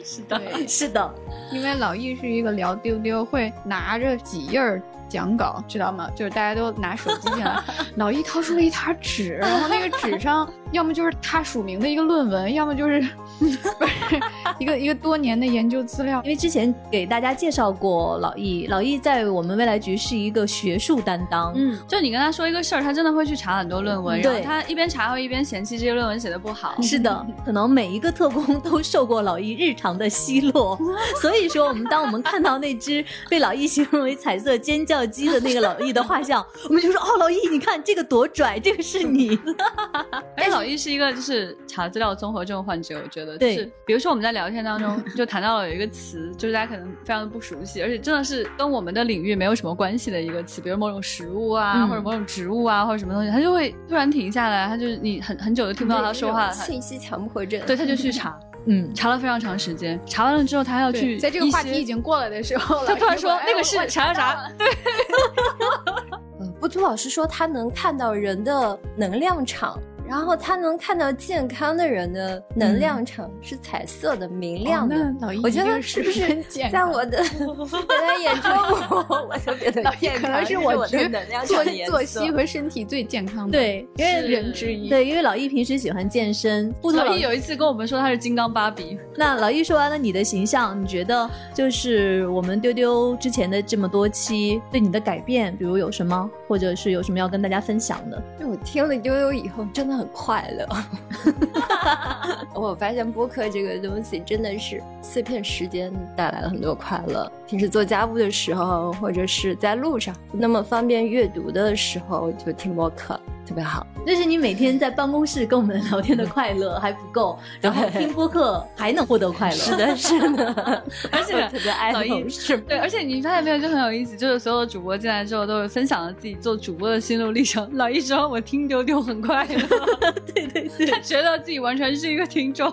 [SPEAKER 4] 是的，
[SPEAKER 2] 对，
[SPEAKER 1] 是的，
[SPEAKER 2] 因为老易是一个聊丢丢，会拿着几页儿讲稿，知道吗？就是大家都拿手机进来， 老易掏出了一沓纸，然后那个纸上要么就是他署名的一个论文，要么就是 不是一个一个多年的研究资料
[SPEAKER 1] 因。为之前给大家介绍过老易，老易在我们未来局是一个学术担当，
[SPEAKER 4] 嗯，就你跟他说一个事儿，他真的会去查很多论文，然
[SPEAKER 1] 对
[SPEAKER 4] 后他一边查会一边嫌弃这些论文写的不好。
[SPEAKER 1] 是的，可能每一个特工 都受过老易日常的奚落，所以说我们当我们看到那只被老易形容为彩色尖叫鸡的那个老易的画像，我们就说哦，老易，你看这个多拽，这个是你。
[SPEAKER 4] 而且哎老易是一个就是查资料综合症患者，我觉得
[SPEAKER 1] 对
[SPEAKER 4] 就是，比如说我们在聊天当中 就谈到了有一个词，就是大家可能非常的不熟悉，而且真的是跟我们的领域没有什么关系的一个词，比如某种食物啊，
[SPEAKER 1] 嗯
[SPEAKER 4] 或者某种植物啊，或者什么东西，他就会突然停下来，他就是你很很久都 听不到他 说话，他
[SPEAKER 8] 信息强迫症。
[SPEAKER 4] 对，他就 去查，
[SPEAKER 1] 嗯，
[SPEAKER 4] 查了非常长时间，查完了之后他要
[SPEAKER 2] 对，
[SPEAKER 4] 去，
[SPEAKER 2] 在这个话题已。经过了的时候，
[SPEAKER 4] 他
[SPEAKER 2] 老易
[SPEAKER 4] 突然
[SPEAKER 2] 就
[SPEAKER 4] 说：“
[SPEAKER 2] 哎
[SPEAKER 4] 那个
[SPEAKER 2] 我
[SPEAKER 4] 是
[SPEAKER 2] 我
[SPEAKER 4] 啥啥啥，
[SPEAKER 8] 嗯不图老师说他能看到人的能量场，然后他能看到健康的人的能量场是彩色的、明亮的。
[SPEAKER 2] 嗯哦那老易
[SPEAKER 8] 我觉
[SPEAKER 2] 一定
[SPEAKER 8] 得
[SPEAKER 2] 是
[SPEAKER 8] 是不 是
[SPEAKER 2] 很健
[SPEAKER 8] 在
[SPEAKER 2] 康
[SPEAKER 8] 我的 在他眼中， 我我特别的
[SPEAKER 2] 老易
[SPEAKER 8] 健
[SPEAKER 2] 可
[SPEAKER 8] 康，
[SPEAKER 2] 能
[SPEAKER 8] 这是
[SPEAKER 2] 我
[SPEAKER 8] 的
[SPEAKER 2] 局
[SPEAKER 8] 能量
[SPEAKER 2] 作
[SPEAKER 8] 场颜
[SPEAKER 2] 作
[SPEAKER 8] 色
[SPEAKER 2] 息和身体最健康的
[SPEAKER 1] 对，因为
[SPEAKER 2] 人之一。
[SPEAKER 1] 对，因为老易平时喜欢健身，不同
[SPEAKER 4] 老易有一次跟我们说他是金刚芭比，
[SPEAKER 1] 那老易说完了你的形象，你觉得就是我们丢丢之前的这么多期对你的改变，比如有什么，或者是有什么要跟大家分享的？
[SPEAKER 8] 就我听了悠悠以后，真的很快乐。我发现播客这个东西真的是碎片时间带来了很多快乐。平时做家务的时候，或者是在路上不那么方便阅读的时候，就听播客特别好。
[SPEAKER 1] 这是你每天在办公室跟我们聊天的快乐还不够，然后听播客还能获得快乐。是
[SPEAKER 8] 的，是 的，
[SPEAKER 4] 而且
[SPEAKER 8] 我特别爱
[SPEAKER 4] 老易
[SPEAKER 8] 同事。
[SPEAKER 4] 对，而且你发现没有，就很有意思，就是所有主播进来之后都是分享了自己做主播的心路历程。 老易说：“我听丢丢很快 乐，
[SPEAKER 1] 对对对，
[SPEAKER 4] 他觉得自己完全是一个听众。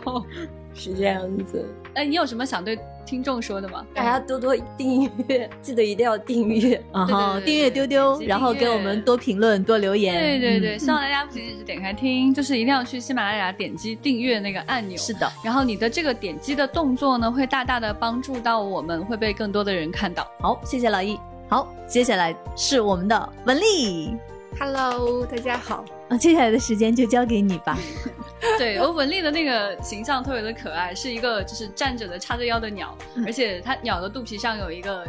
[SPEAKER 8] 是这样子。”
[SPEAKER 4] 哎，你有什么想对听众说的吗？
[SPEAKER 8] 大家多多订阅，记得一定要订阅。
[SPEAKER 1] 然
[SPEAKER 4] 对对
[SPEAKER 1] 后
[SPEAKER 4] 对
[SPEAKER 1] 啊订阅丢丢，
[SPEAKER 4] 对
[SPEAKER 1] 然后给我们多评论、多留
[SPEAKER 4] 对
[SPEAKER 1] 言。
[SPEAKER 4] 对
[SPEAKER 1] 嗯
[SPEAKER 4] 对，希望大家不仅仅是点开听，就是一定要去喜马拉雅点击订阅那个按钮。
[SPEAKER 1] 是的。
[SPEAKER 4] 然后你的这个点击的动作呢，会大大的帮助到我们，会被更多的人看到。
[SPEAKER 1] 好，谢谢老易。好，接下来是我们的文丽，
[SPEAKER 2] Hello，大家好。
[SPEAKER 1] 啊，接下来的时间就交给你吧。
[SPEAKER 4] 对，我文丽的那个形象特别的可爱，是一个就是站着的叉着腰的鸟，
[SPEAKER 1] 嗯
[SPEAKER 4] 而且它鸟的肚皮上有一个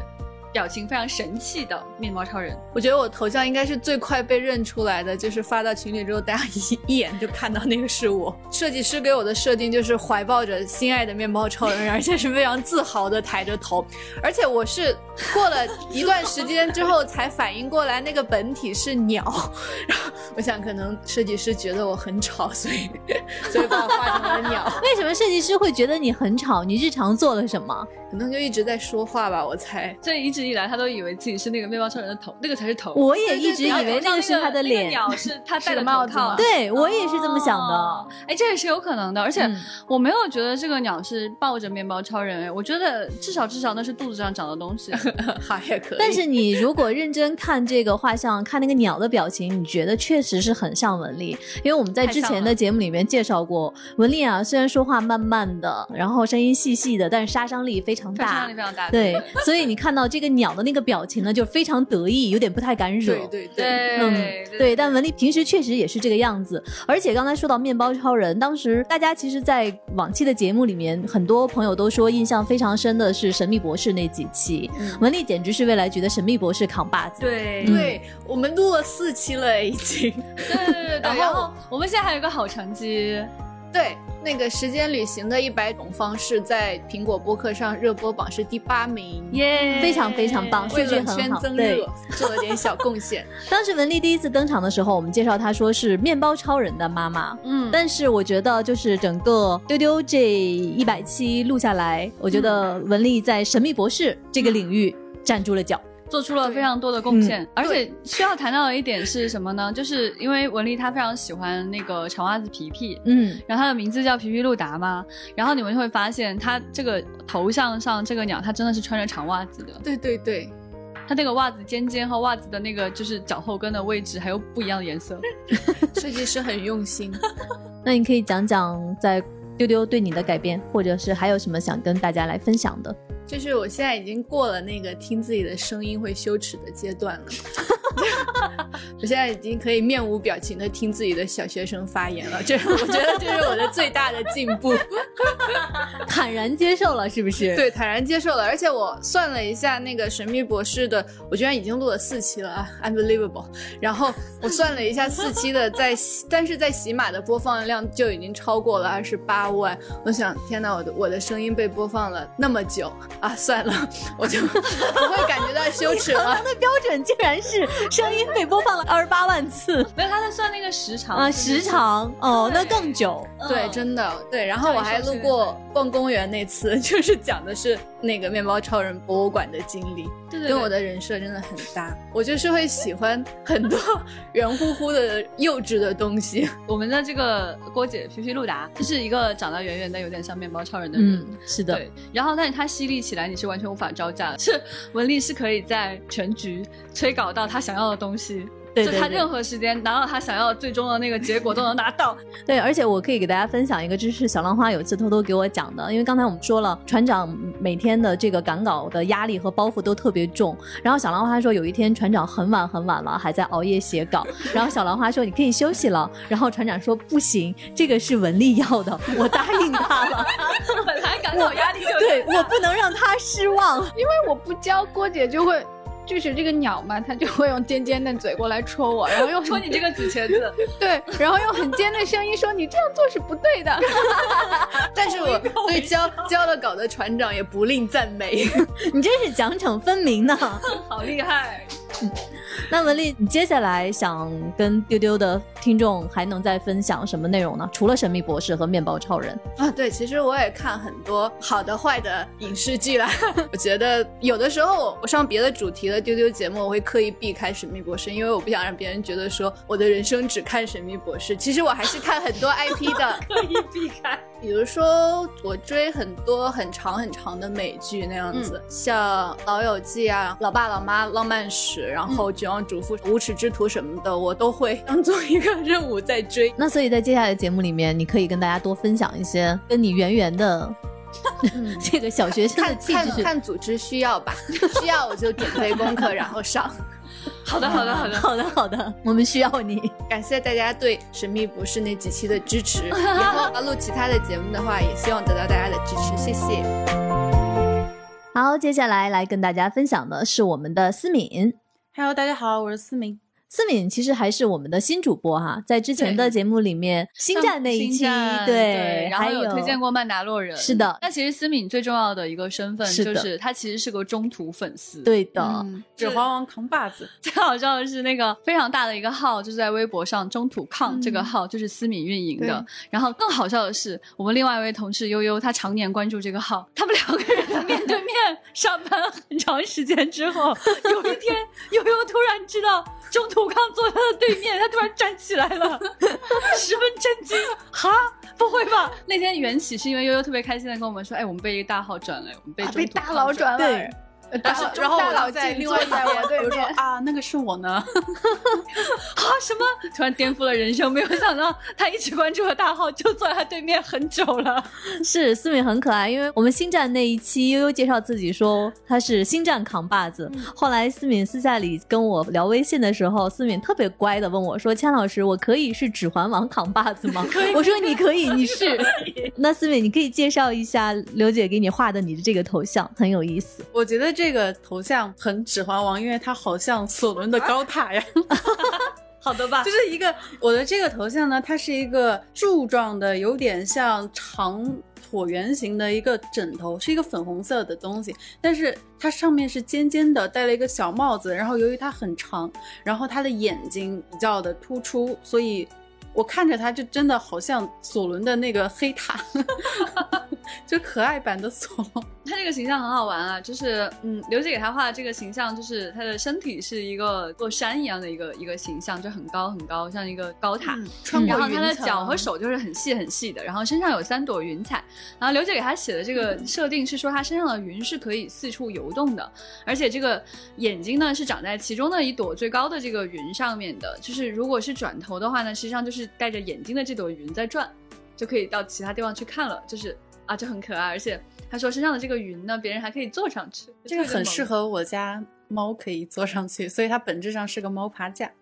[SPEAKER 4] 表情非常神气的面包超人。
[SPEAKER 3] 我觉得我头像应该是最快被认出来的，就是发到群里之后，大家一一眼就看到那个是我。设计师给我的设定就是怀抱着心爱的面包超人，而且是非常自豪的抬着头，而且我是过了一段时间之后才反应过来那个本体是鸟，然后我想可能设计师觉得我很吵，所以所以把我画成了鸟，
[SPEAKER 1] 为什么设计师会觉得你很吵？你日常做了什么？
[SPEAKER 3] 可能就一直在说话吧，我猜。
[SPEAKER 4] 所以一直以来，他都以为自己是那个面包超人的头，那个才是头。
[SPEAKER 1] 我也
[SPEAKER 4] 对
[SPEAKER 1] 一直以为
[SPEAKER 4] 那
[SPEAKER 1] 那个是他
[SPEAKER 4] 那个
[SPEAKER 1] 的脸。
[SPEAKER 4] 鸟是他戴的
[SPEAKER 2] 是帽
[SPEAKER 4] 头
[SPEAKER 2] 子吗
[SPEAKER 4] 套。啊
[SPEAKER 1] 对我也是这么想
[SPEAKER 4] 哦
[SPEAKER 1] 的。。
[SPEAKER 4] 哎，这也是有可能的，而且
[SPEAKER 1] 嗯
[SPEAKER 4] 我没有觉得这个鸟是抱着面包超人，哎我觉得至少至少那是肚子上长的东 西。
[SPEAKER 3] 好，也可以。
[SPEAKER 1] 但是你如果认真看这个画像，看那个鸟的表情，你觉得确实是很像文丽，因为我们在之前的节目里面介绍过，文丽啊，虽然说话慢慢的，然后声音细细的，但是杀伤力非
[SPEAKER 4] 非
[SPEAKER 1] 常
[SPEAKER 4] 常
[SPEAKER 1] 大
[SPEAKER 4] 力。非常大。
[SPEAKER 1] 对，所以你看到这个鸟的那个表情呢，就非常得意，有点不太敢惹。
[SPEAKER 3] 对对对。
[SPEAKER 4] 对
[SPEAKER 1] 嗯，对，但文丽平时确实也是这个样子。而且刚才说到面包超人，当时大家其实，在往期的节目里面，很多朋友都说印象非常深的是《神秘博士》那几期，文丽简直是未来局的神秘博士扛把子。
[SPEAKER 4] 对
[SPEAKER 1] 嗯
[SPEAKER 3] 对我们录了四期了，已经。
[SPEAKER 4] 对对对对，
[SPEAKER 3] 然后
[SPEAKER 4] 然后我们现在还有一个好成绩，
[SPEAKER 3] 对，
[SPEAKER 5] 那个《时间旅行的一百种方式》在苹果播客上热播榜是第八名，
[SPEAKER 4] 耶
[SPEAKER 1] 非常非常棒
[SPEAKER 5] 为
[SPEAKER 1] 数据
[SPEAKER 5] 冷
[SPEAKER 1] 很
[SPEAKER 5] 圈
[SPEAKER 1] 好
[SPEAKER 5] 增
[SPEAKER 1] 对
[SPEAKER 5] 热做了点小贡 献。
[SPEAKER 1] 当时文丽第一次登场的时候，我们介绍她说是面包超人的妈妈。
[SPEAKER 5] 嗯，
[SPEAKER 1] 但是我觉得，就是整个丢丢这一百期录下来，我觉得文丽在神秘博士这个领域站住了脚。
[SPEAKER 4] 做出了非常多的贡献，而且需要谈到的一点是什么呢？ 就是因为文丽她非常喜欢那个长袜子皮皮，
[SPEAKER 1] 嗯，
[SPEAKER 4] 然后它的名字叫皮皮路达嘛，然后你们就会发现它这个头像上这个鸟，它真的是穿着长袜子的，
[SPEAKER 5] 对对对，
[SPEAKER 4] 它那个袜子尖尖和袜子的那个就是脚后跟的位置还有不一样的颜色。
[SPEAKER 5] 设计师很用心。
[SPEAKER 1] 那你可以讲讲在丢丢对你的改变，或者是还有什么想跟大家来分享的？
[SPEAKER 5] 就是我现在已经过了那个听自己的声音会羞耻的阶段了， 我现在已经可以面无表情的听自己的小学生发言了，这是我觉得这是我的最大的进步。
[SPEAKER 1] 坦然接受了，是不是？，
[SPEAKER 5] 对，坦然接受了。而且我算了一下那个《神秘博士》的，我居然已经录了四期了啊，unbelievable。然后我算了一下四期的在 喜，但是在喜马的播放量就已经超过了二十八万。我想，天呐，我的我的声音被播放了那么久啊！算了， 我就不会感觉到羞耻
[SPEAKER 1] 衡
[SPEAKER 5] 了
[SPEAKER 1] 量。的标准竟然是声音被播放了二十八万次
[SPEAKER 4] 没有，它在算那个嗯时长
[SPEAKER 1] 啊，时。长哦，那更久。
[SPEAKER 5] 对，真的对。然后我还路过逛公园那次， 就是讲的是那个面包超人博物馆的经历。
[SPEAKER 4] 对对
[SPEAKER 5] 跟我
[SPEAKER 4] 的
[SPEAKER 5] 的人设真的很搭。我就是会喜欢很多 圆乎乎的幼稚的东西。
[SPEAKER 4] 我们的这个郭姐皮皮路达，就是一个长得圆圆但有点像面包超人的人。
[SPEAKER 1] 嗯，是的，
[SPEAKER 4] 对，然后但是她犀利起来，你是完全无法招架的。是文丽是可以在全局催稿到她想要的东西，
[SPEAKER 1] 对
[SPEAKER 4] 就
[SPEAKER 1] 对
[SPEAKER 4] 她
[SPEAKER 1] 对
[SPEAKER 4] 任何时间拿到她想要最终的那个结果都能拿到。
[SPEAKER 1] 对，而且我可以给大家分享一个，这是小浪花有一次偷偷给我讲的，因为刚才我们说了，船长每天的这个赶稿的压力和包袱都特别重。然后小浪花说，有一天船长很晚很晚了，还在熬夜写稿。然后小浪花说，你可以休息了。然后船长说，不行，这个是文丽要的，我答应他了，
[SPEAKER 4] 本来赶稿压力 就
[SPEAKER 1] 对我不能让他失望。
[SPEAKER 5] 因为我不教郭姐就会。就是这个鸟嘛，它就会用尖尖的嘴过来戳我，然后又
[SPEAKER 4] 说你这个紫茄子，
[SPEAKER 5] 对，然后用很尖的声音说你这样做是不对的。 但是我对教教了稿的船长也不吝赞美。
[SPEAKER 1] 你真是奖惩分 明呢。
[SPEAKER 4] 好厉害！
[SPEAKER 1] 那文丽，你接下来想跟丢丢的听众还能再分享什么内容呢？除了神秘博士和面包超人，
[SPEAKER 5] 啊，对，其实我也看很多好的坏的影视剧啦。 我觉得有的时候我上别的主题的丢丢节目，我会刻意避开《神秘博士》，因为我不想让别人觉得说我的人生只看《神秘博士》。其实我还是看很多 IP 的，
[SPEAKER 4] 刻意避开。
[SPEAKER 5] 比如说我追很多很长很长的美剧那样
[SPEAKER 4] 嗯
[SPEAKER 5] 子，像《老友记》啊、《老爸老妈浪漫史》，然后
[SPEAKER 4] 嗯
[SPEAKER 5] 《绝望主妇》无耻之徒》什么的，我都会当做一个任务在追。
[SPEAKER 1] 那所以在接下来的节目里面，你可以跟大家多分享一些跟你圆圆的 这个小学生的
[SPEAKER 5] 看
[SPEAKER 1] 气
[SPEAKER 5] 嗯看
[SPEAKER 1] 质。
[SPEAKER 5] 看组织需要吧，需要我就准备功课然后 上。
[SPEAKER 4] 好的，好的，好的。
[SPEAKER 1] 好的，好的，我们需要你。
[SPEAKER 5] 感谢大家对《神秘博士》那几期的支持，以后要录其他的节目的话，也希望得到大家的支持，谢谢。
[SPEAKER 1] 好，接下来来跟大家分享的是我们的思敏。
[SPEAKER 7] Hello，大家好，我是思明。
[SPEAKER 1] 思敏其实还是我们的新主播哈，在之前的节目里面，星战那一期
[SPEAKER 4] 星战，
[SPEAKER 1] 对，
[SPEAKER 4] 然后
[SPEAKER 1] 还
[SPEAKER 4] 有
[SPEAKER 1] 有
[SPEAKER 4] 推荐过曼达洛人，
[SPEAKER 1] 是的
[SPEAKER 4] 那其实思敏最重要的一个身份
[SPEAKER 1] 是
[SPEAKER 4] 就
[SPEAKER 1] 的
[SPEAKER 4] 是她其实是个中途粉丝，，
[SPEAKER 1] 对的，
[SPEAKER 7] 嗯，指环王扛把 子，
[SPEAKER 4] 最好笑的是那个非常大的一个号，就是在微博上中土抗
[SPEAKER 5] 嗯
[SPEAKER 4] 这个号就是思敏运营的。然后更好笑的是，我们另外一位同事悠悠，她常年关注这个号，他们两个人面对面上班很长时间之后，有一天悠悠突然知道中土抗坐在他的对面，他突然站起来了， 十分震惊，哈。不会吧？那天缘起是因为悠悠特别开心的跟我们说，哎，我们被一个大号转了，我
[SPEAKER 7] 啊
[SPEAKER 4] 啊们被中
[SPEAKER 5] 被
[SPEAKER 4] 途抗
[SPEAKER 5] 大佬转了，
[SPEAKER 1] 对
[SPEAKER 7] 然
[SPEAKER 5] 然
[SPEAKER 7] 后
[SPEAKER 5] 后
[SPEAKER 7] 然后
[SPEAKER 5] 大佬
[SPEAKER 7] 我在
[SPEAKER 5] 在
[SPEAKER 7] 另
[SPEAKER 5] 另
[SPEAKER 7] 外一
[SPEAKER 5] 外一
[SPEAKER 7] 边，
[SPEAKER 5] 边，
[SPEAKER 7] 我说
[SPEAKER 5] 我说
[SPEAKER 7] 啊，那个是我呢。
[SPEAKER 4] 啊什么？突然颠覆了人生，没有想到他一直关注的大号就坐在他对面很久了。
[SPEAKER 1] 是思敏很可爱，因为我们星战那一期悠悠介绍自己说她是星战扛把子，
[SPEAKER 4] 嗯
[SPEAKER 1] 后来思敏私下里跟我聊微信的时候，思敏特别乖的问我说：“千老师，我可以是指环王扛把子 吗？”我说：“你可以，你是。” 那思敏，你可以介绍一下刘姐给你画的你的这个头像，很有意思。
[SPEAKER 7] 我觉 得这个头像很《指环王》，因为它好像索伦的高塔呀。
[SPEAKER 9] 好的吧
[SPEAKER 7] 就？是一个我的这个头像呢，它是一个柱状的，有点像长椭圆形的一个枕头，是一个粉红色的东西，但是它上面是尖尖的，戴了一个小帽子，然后由于它很长，然后它的眼睛比较的突出，所以。我看着它就真的好像索伦的那个黑塔， 就可爱版的索隆。
[SPEAKER 4] 他这个形象很好玩啊，就是嗯，刘姐给他画的这个形象，就是他的身体是一个座山一样的一个一个形象，就很高很高，像一个高塔。
[SPEAKER 1] 穿
[SPEAKER 4] 然后他的脚和手就是很细很细的，然后身上有三朵云彩。然后刘姐给他写的这个设定是说，他身上的云是可以四处游动的，而且这个眼睛呢是长在其中的一朵最高的这个云上面的。就是如果是转头的话呢，实际上就是带着眼睛的这朵云在转，就可以到其他地方去看了。就是啊，就很可爱，而且。他说身上的这个云呢，别人还可以坐上去，
[SPEAKER 7] 这个很适
[SPEAKER 4] 合
[SPEAKER 7] 合我家猫可以坐上去，所以它本质上是个猫爬架，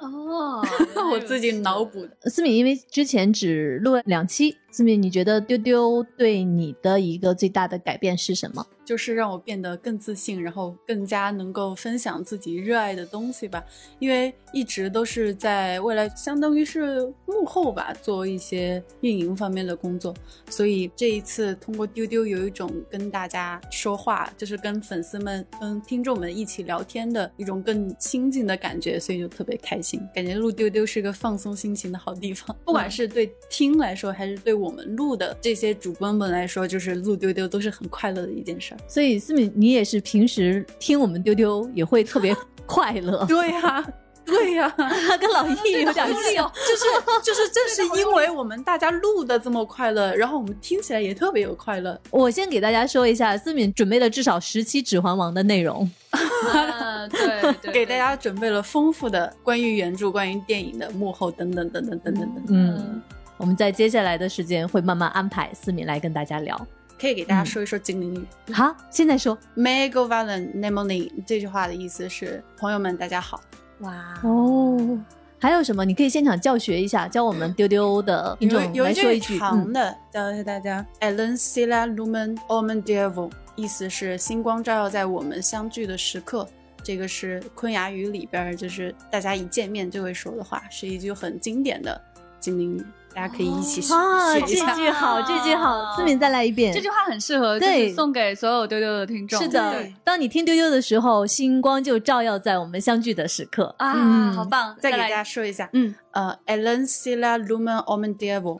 [SPEAKER 4] 哦
[SPEAKER 7] 。我自己脑补的。
[SPEAKER 1] 思敏因为之前只录了两期，思敏，你觉得丢丢对你的一个最大的改变是什么？
[SPEAKER 7] 就是让我变得更自信，然后更加能够分享自己热爱的东西吧。因为一直都是在未来，相当于是幕后吧，做一些运营方面的工作，所以这一次通过丢丢有一种跟大家说话，就是跟粉丝们、跟听众们一起聊天的一种更亲近的感觉，所以就特别开心，感觉录丢丢是个放松心情的好地 方。不管是对听来说，还是对我们录的这些主播们来说，就是录丢丢都是很快乐的一件事儿。
[SPEAKER 1] 所以思敏，你也是平时听我们丢丢也会特别 快乐，
[SPEAKER 7] 对呀、对 呀、
[SPEAKER 1] 他跟老易 有点像。
[SPEAKER 7] 就是就是，正是因为我们大家录的这么快乐，然后我们听起来也特别有快乐。
[SPEAKER 1] 我先给大家说一下，思敏准备了至少十期《指环王》的内容。
[SPEAKER 4] 啊 对对对，
[SPEAKER 7] 给大家准备了丰富的关于原著、关于电影的幕后等等等等等等等，
[SPEAKER 1] 嗯，我们在接下来的时间会慢慢安排思敏来跟大家聊。
[SPEAKER 7] 可以给大家说一说精灵语。
[SPEAKER 1] 嗯好，现在说
[SPEAKER 7] m a y go valen nemoni 这句话的意思是朋友们，大家好。哇，
[SPEAKER 1] 哦。还有什么？你可以现场教学一下，教我们丢丢的听
[SPEAKER 7] 有
[SPEAKER 1] 众
[SPEAKER 7] 有
[SPEAKER 1] 来说
[SPEAKER 7] 句
[SPEAKER 1] 一句。嗯
[SPEAKER 7] 长的，教一下大家。Ellen sila lumen omen devil，意思是星光照耀在我们相聚的时刻。这个是昆雅语里边儿，就是大家一见面就会说的话，是一句很经典的精灵语，大家可以一起学
[SPEAKER 1] 啊，
[SPEAKER 7] 学
[SPEAKER 1] 这
[SPEAKER 7] 一下。
[SPEAKER 1] 句好，这句好，思敏再来一遍。
[SPEAKER 4] 啊这句话很适合，就
[SPEAKER 1] 对
[SPEAKER 4] 是送给所有丢丢的听众。
[SPEAKER 1] 是的
[SPEAKER 7] 对，
[SPEAKER 1] 当你听丢丢的时候，星光就照耀在我们相聚的时刻
[SPEAKER 4] 啊，
[SPEAKER 1] 嗯
[SPEAKER 4] 好棒！
[SPEAKER 7] 再给
[SPEAKER 4] 来
[SPEAKER 7] 大
[SPEAKER 4] 一
[SPEAKER 7] 家说一下，
[SPEAKER 4] 嗯，
[SPEAKER 7] 呃，Ellen sila lumen omen devil，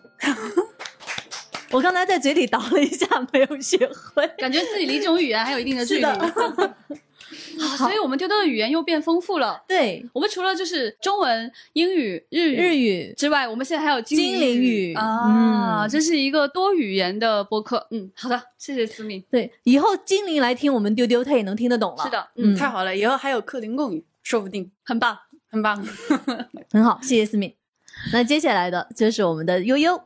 [SPEAKER 1] 我刚才在嘴里倒了一下，没有学会。
[SPEAKER 4] 感觉自己离这种语言还有一定的距离。
[SPEAKER 1] 是的
[SPEAKER 4] 好所以我们丢丢的语言又变丰富了。
[SPEAKER 1] 对，
[SPEAKER 4] 我们除了就是中文、英语、日语
[SPEAKER 1] 日语
[SPEAKER 4] 之外，我们现在还有
[SPEAKER 1] 精灵语
[SPEAKER 4] 语啊，
[SPEAKER 1] 嗯
[SPEAKER 4] 这是一个多语言的播客。嗯，好的，谢谢思敏。
[SPEAKER 1] 对，以后精灵来听我们丢丢，他也能听得懂了。
[SPEAKER 4] 是，的，
[SPEAKER 1] 嗯，
[SPEAKER 7] 太好了，以后还有克林贡语，说不定
[SPEAKER 4] 很棒。
[SPEAKER 7] 很棒。
[SPEAKER 1] 很好，谢谢思敏。那接下来的就是我们的悠悠，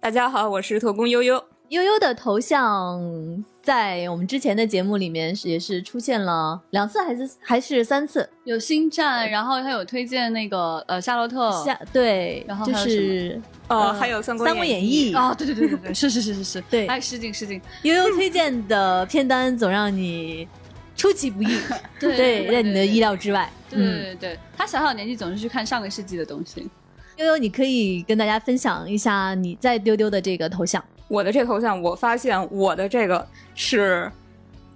[SPEAKER 9] 大家好，我是驼工悠悠。
[SPEAKER 1] 悠悠的头像在我们之前的节目里面是也是出现了两次，还是还是三次？
[SPEAKER 4] 有星战，然后他有推荐那个呃夏洛特
[SPEAKER 1] 下对
[SPEAKER 4] 然，后
[SPEAKER 1] 就
[SPEAKER 4] 还有
[SPEAKER 1] 是
[SPEAKER 9] 哦，
[SPEAKER 1] 呃
[SPEAKER 9] 还有三
[SPEAKER 1] 《
[SPEAKER 9] 国
[SPEAKER 1] 三国演义》
[SPEAKER 4] 啊，对对对对对，是是是是是，
[SPEAKER 1] 对
[SPEAKER 4] 哎，失敬失敬，
[SPEAKER 1] 悠悠推荐的片单总让你出 其不意，
[SPEAKER 4] 对
[SPEAKER 1] 对，
[SPEAKER 4] 对
[SPEAKER 1] 在你的意料之外。
[SPEAKER 4] 对
[SPEAKER 1] 嗯
[SPEAKER 4] 对对对，他小小年纪总是去看上个世纪的东西，
[SPEAKER 1] 悠悠，你可以跟大家分享一下你在丢丢的这个头像，
[SPEAKER 10] 我的这头像，我发现我的这个是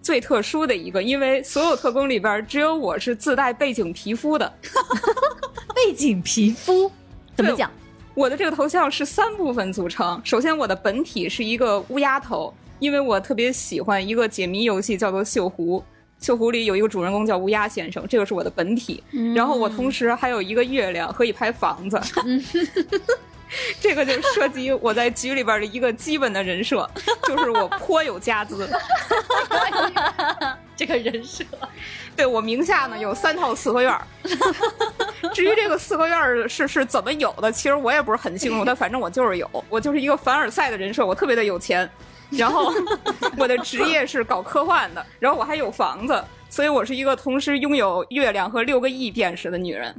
[SPEAKER 10] 最特殊的一个，因为所有特工里边儿只有我是自带背景皮肤的。
[SPEAKER 1] 背景皮肤怎么
[SPEAKER 10] 对
[SPEAKER 1] 讲？
[SPEAKER 10] 我的这个头像是三部分组成，首先我的本体是一个乌鸦头，因为我特别喜欢一个解谜游戏叫做《锈湖》。锈湖里有一个主人公叫乌鸦先生，这个是我的本体。
[SPEAKER 1] 嗯
[SPEAKER 10] 然后我同时还有一个月亮和一排房 子，这个就涉及我在局里边的一个基本的人设，就是我颇有家资。
[SPEAKER 4] 这个人设
[SPEAKER 10] 对我名下呢有三套四合 院儿，至于这个四合院儿是是怎么有的，其实我也不是很清楚，但反正我就是有，我就是一个凡尔赛的人设，我特别的有钱，然后我的职业是搞科幻的，然后我还有房子，所以我是一个同时拥有月亮和六个亿辨识的女人。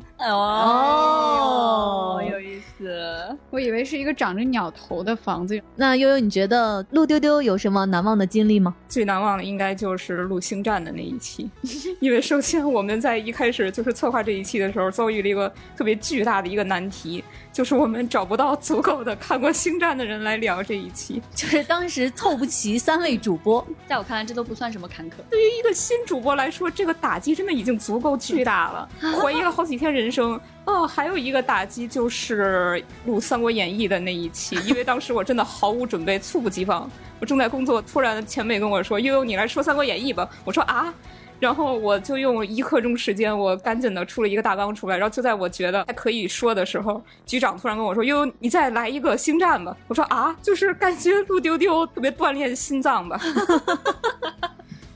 [SPEAKER 1] 哦，
[SPEAKER 10] 意思。
[SPEAKER 2] 我以为是一个长着鸟头的房子，
[SPEAKER 1] 那悠悠，你觉得陆丢丢有什么难忘的经历吗？
[SPEAKER 10] 最难忘的应该就是录星战的那一期， 因为首先我们在一开始就是策划这一期的时候，遭遇了一个特别巨大的一个难题，就是我们找不到足够的看过星战的人来聊这一期。
[SPEAKER 1] 就是当时凑不齐三位主播，
[SPEAKER 4] 在我看来，这都不算什么坎坷。
[SPEAKER 10] 对于一个新主播来说，这个打击真的已经足够巨大了，怀疑了好几天人生。哦，还有一个打击就是录《三国演义》的那一期，因为当时我真的毫无准备，猝不及防。我正在工作，突然前辈跟我说：“悠悠，你来说《三国演义》吧。”我说：“啊。”然后我就用一刻钟时间，我赶紧的出了一个大纲出来。然后就在我觉得还可以说的时候，局长突然跟我说：“悠悠，你再来一个星战吧。”我说：“啊，就是感觉录丢丢特别锻炼心脏吧。”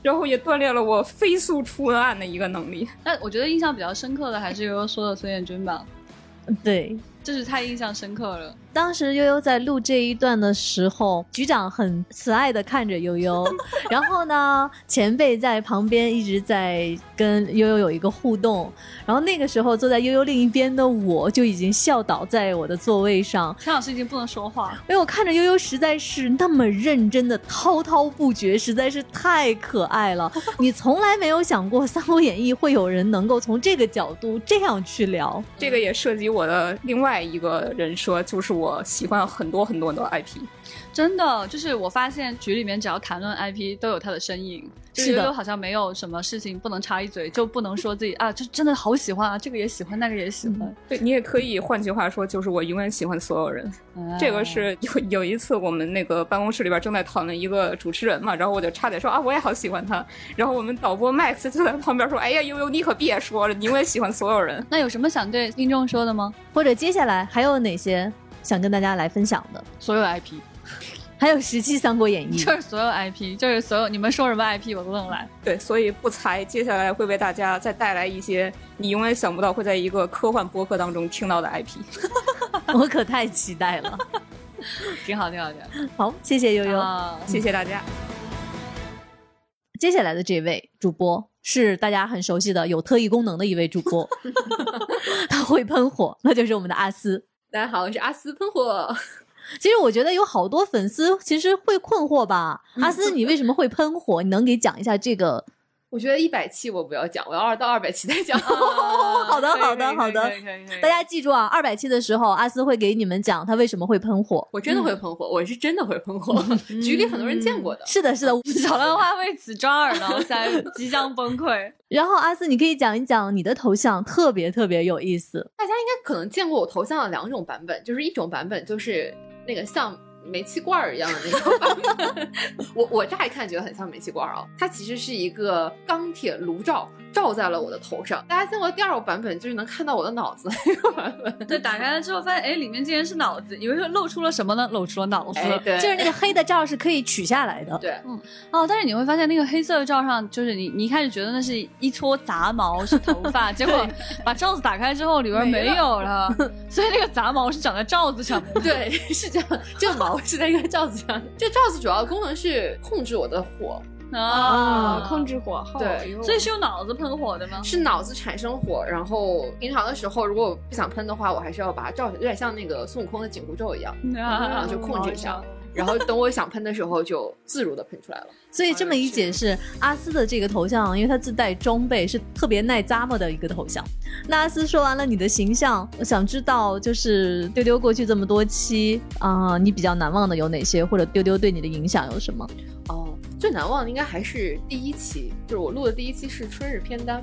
[SPEAKER 10] 然后也锻炼了我飞速出文案的一个能力。
[SPEAKER 4] 但我觉得印象比较深刻的还是悠悠说的孙彦军吧，
[SPEAKER 1] 对。
[SPEAKER 4] 这是太印象深刻了。
[SPEAKER 1] 当时悠悠在录这一段的时候，局长很慈爱的看着悠悠，然后呢，前辈在旁边一直在跟悠悠有一个互动，然后那个时候坐在悠悠另一边的我就已经笑倒在我的座位上，
[SPEAKER 4] 陈老师已经不能说话，
[SPEAKER 1] 因为我看着悠悠实在是那么认真的滔滔不绝，实在是太可爱了。你从来没有想过《三国演义》会有人能够从这个角度这样去聊，
[SPEAKER 10] 这个也涉及我的另外一个人设，就是我喜欢很多很多很多 IP。
[SPEAKER 4] 真的就是我发现局里面只要谈论 IP 都有他的身影。就是
[SPEAKER 1] 的
[SPEAKER 4] 悠悠好像没有什么事情不能插一嘴，就不能说自己啊，就真的好喜欢啊，这个也喜欢，那个也喜欢。
[SPEAKER 10] 对你也可以，换句话说，就是我永远喜欢所有人。
[SPEAKER 4] 啊
[SPEAKER 10] 这个是有有一次我们那个办公室里边正在讨论一个主持人嘛，然后我就差点说啊，我也好喜欢他。然后我们导播 Max 就在旁边说：“哎呀，悠悠，你可别说了，你永远喜欢所有人。”
[SPEAKER 4] 那有什么想对听众说的吗？
[SPEAKER 1] 或者接下来还有哪些想跟大家来分享的？
[SPEAKER 4] 所有 IP，
[SPEAKER 1] 还有十期《三国演义》，
[SPEAKER 4] 就是所有 IP，就是所有你们说什么 IP 我都能来。
[SPEAKER 10] 对，所以不才接下来会为大家再带来一些你永远想不到会在一个科幻播客当中听到的 IP。
[SPEAKER 1] 我可太期待了。
[SPEAKER 4] 挺好，挺好，挺好。
[SPEAKER 1] 好，谢谢悠悠。
[SPEAKER 4] 啊
[SPEAKER 10] 谢谢大家。
[SPEAKER 1] 接下来的这位主播是大家很熟悉的有特异功能的一位主 播，他会喷火，那就是我们的阿斯。
[SPEAKER 11] 大家好，我是阿斯喷火。
[SPEAKER 1] 其实我觉得有好多粉丝其实会困惑吧，
[SPEAKER 11] 嗯
[SPEAKER 1] 阿斯，你为什么会喷火？你能给讲一下这个？
[SPEAKER 11] 我觉得一百期我不要讲，我要二到二百期再讲。
[SPEAKER 1] 哦，好的，
[SPEAKER 4] 可以
[SPEAKER 1] 好的，好的。
[SPEAKER 4] 可以可以可以可以
[SPEAKER 1] 大家记住啊，二百期的时候，阿斯会给你们讲他为什么会喷火。嗯
[SPEAKER 11] 我真的会喷火，我是真的会喷火，局里很多人见过的。
[SPEAKER 1] 是的，是的。
[SPEAKER 4] 嗯 小浪花为此抓耳挠腮，即将崩溃。
[SPEAKER 1] 然后阿斯，你可以讲一讲你的头像，特别特别有意思。
[SPEAKER 11] 大家应该可能见过我头像的两种版本，就是一种版本就是那个像煤气罐儿一样的那种版本， 我我乍一看觉得很像煤气罐儿啊，它其实是一个钢铁炉罩罩在了我的头上。大家见过第二个版本，就是能看到我的脑子那个版本。
[SPEAKER 4] 对，打开了之后发现，哎，里面竟然是脑子，以为是露出了什么呢？露出了脑子。
[SPEAKER 11] 哎，对，
[SPEAKER 1] 就是那个黑的罩是可以取下来的。
[SPEAKER 11] 对，
[SPEAKER 4] 哦，但是你会发现那个黑色的罩上，就是你你一开始觉得那是一撮杂毛是头 发，结果把罩子打开之后里边没有了，所以那个杂毛是长在罩子上面的。
[SPEAKER 11] 对，是这样。这个毛是在一个罩子上，这罩子主要功能是控制我的火，
[SPEAKER 4] 啊，控制，
[SPEAKER 10] 制火候
[SPEAKER 11] 对，
[SPEAKER 4] 所以是用脑子喷火的吗？
[SPEAKER 11] 是脑子产生火，然后平常的时候如果我不想喷的话，我还是要把它罩起来，有点像那个孙悟空的紧箍咒一样，然
[SPEAKER 4] 啊
[SPEAKER 11] 后就控制一下，然后等我想喷的时候就自如的喷出来了。
[SPEAKER 1] 所以这么一解释，阿斯的这个头像，因为他自带装备，是特别耐咂摸的一个头像。那阿斯说完了你的形象，我想知道就是丢丢过去这么多期啊、你比较难忘的有哪些，或者丢丢对你的影响有什么？
[SPEAKER 11] 哦，最难忘的应该还是第一期，就是我录的第一期是春日片单，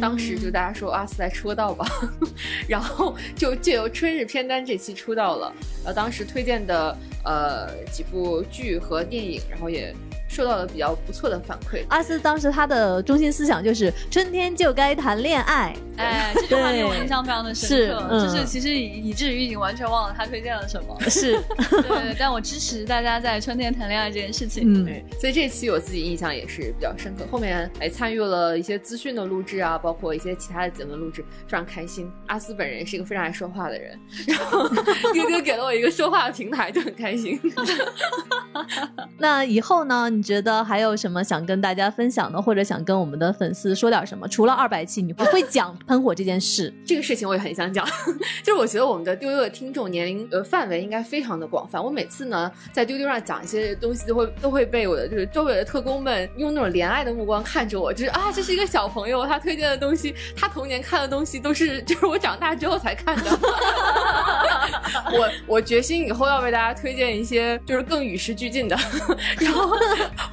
[SPEAKER 11] 当时就大家说阿斯来出个道吧， 然后就借由春日片单这期出道了。然后当时推荐的呃几部剧和电影，然后也受到了比较不错的反馈。
[SPEAKER 1] 阿斯当时他的中心思想就是春天就该谈恋爱，
[SPEAKER 4] 哎，这句话令我印象非常的深刻，
[SPEAKER 1] 对是嗯
[SPEAKER 4] 就是其实以以至于已经完全忘了他推荐了什么。
[SPEAKER 1] 是，
[SPEAKER 4] 对对，对但我支持大家在春天谈恋爱这件事情。
[SPEAKER 1] 嗯，
[SPEAKER 11] 对，所以这期我自己印象也是比较深刻。后面哎参与了一些资讯的录制啊，包括一些其他的节目录制，非常开心。阿斯本人是一个非常爱说话的人，然后丢丢给了我一个说话的平台，就很开心。
[SPEAKER 1] 那以后呢？你你觉得还有什么想跟大家分享的，或者想跟我们的粉丝说点什么？除了二百期，你不会讲喷火这件事，
[SPEAKER 11] 这个事情我也很想讲， 就是我觉得我们的丢丢的听众年龄呃范围应该非常的广泛。我每次呢在丢丢上讲一些东西，都会都会被我的就是周围的特工们用那种怜爱的目光看着我，就是啊，这是一个小朋友，他推荐的东西，他童年看的东西都是 就是我长大之后才看的。 我我决心以后要为大家推荐一些就是更与时俱进的， 然后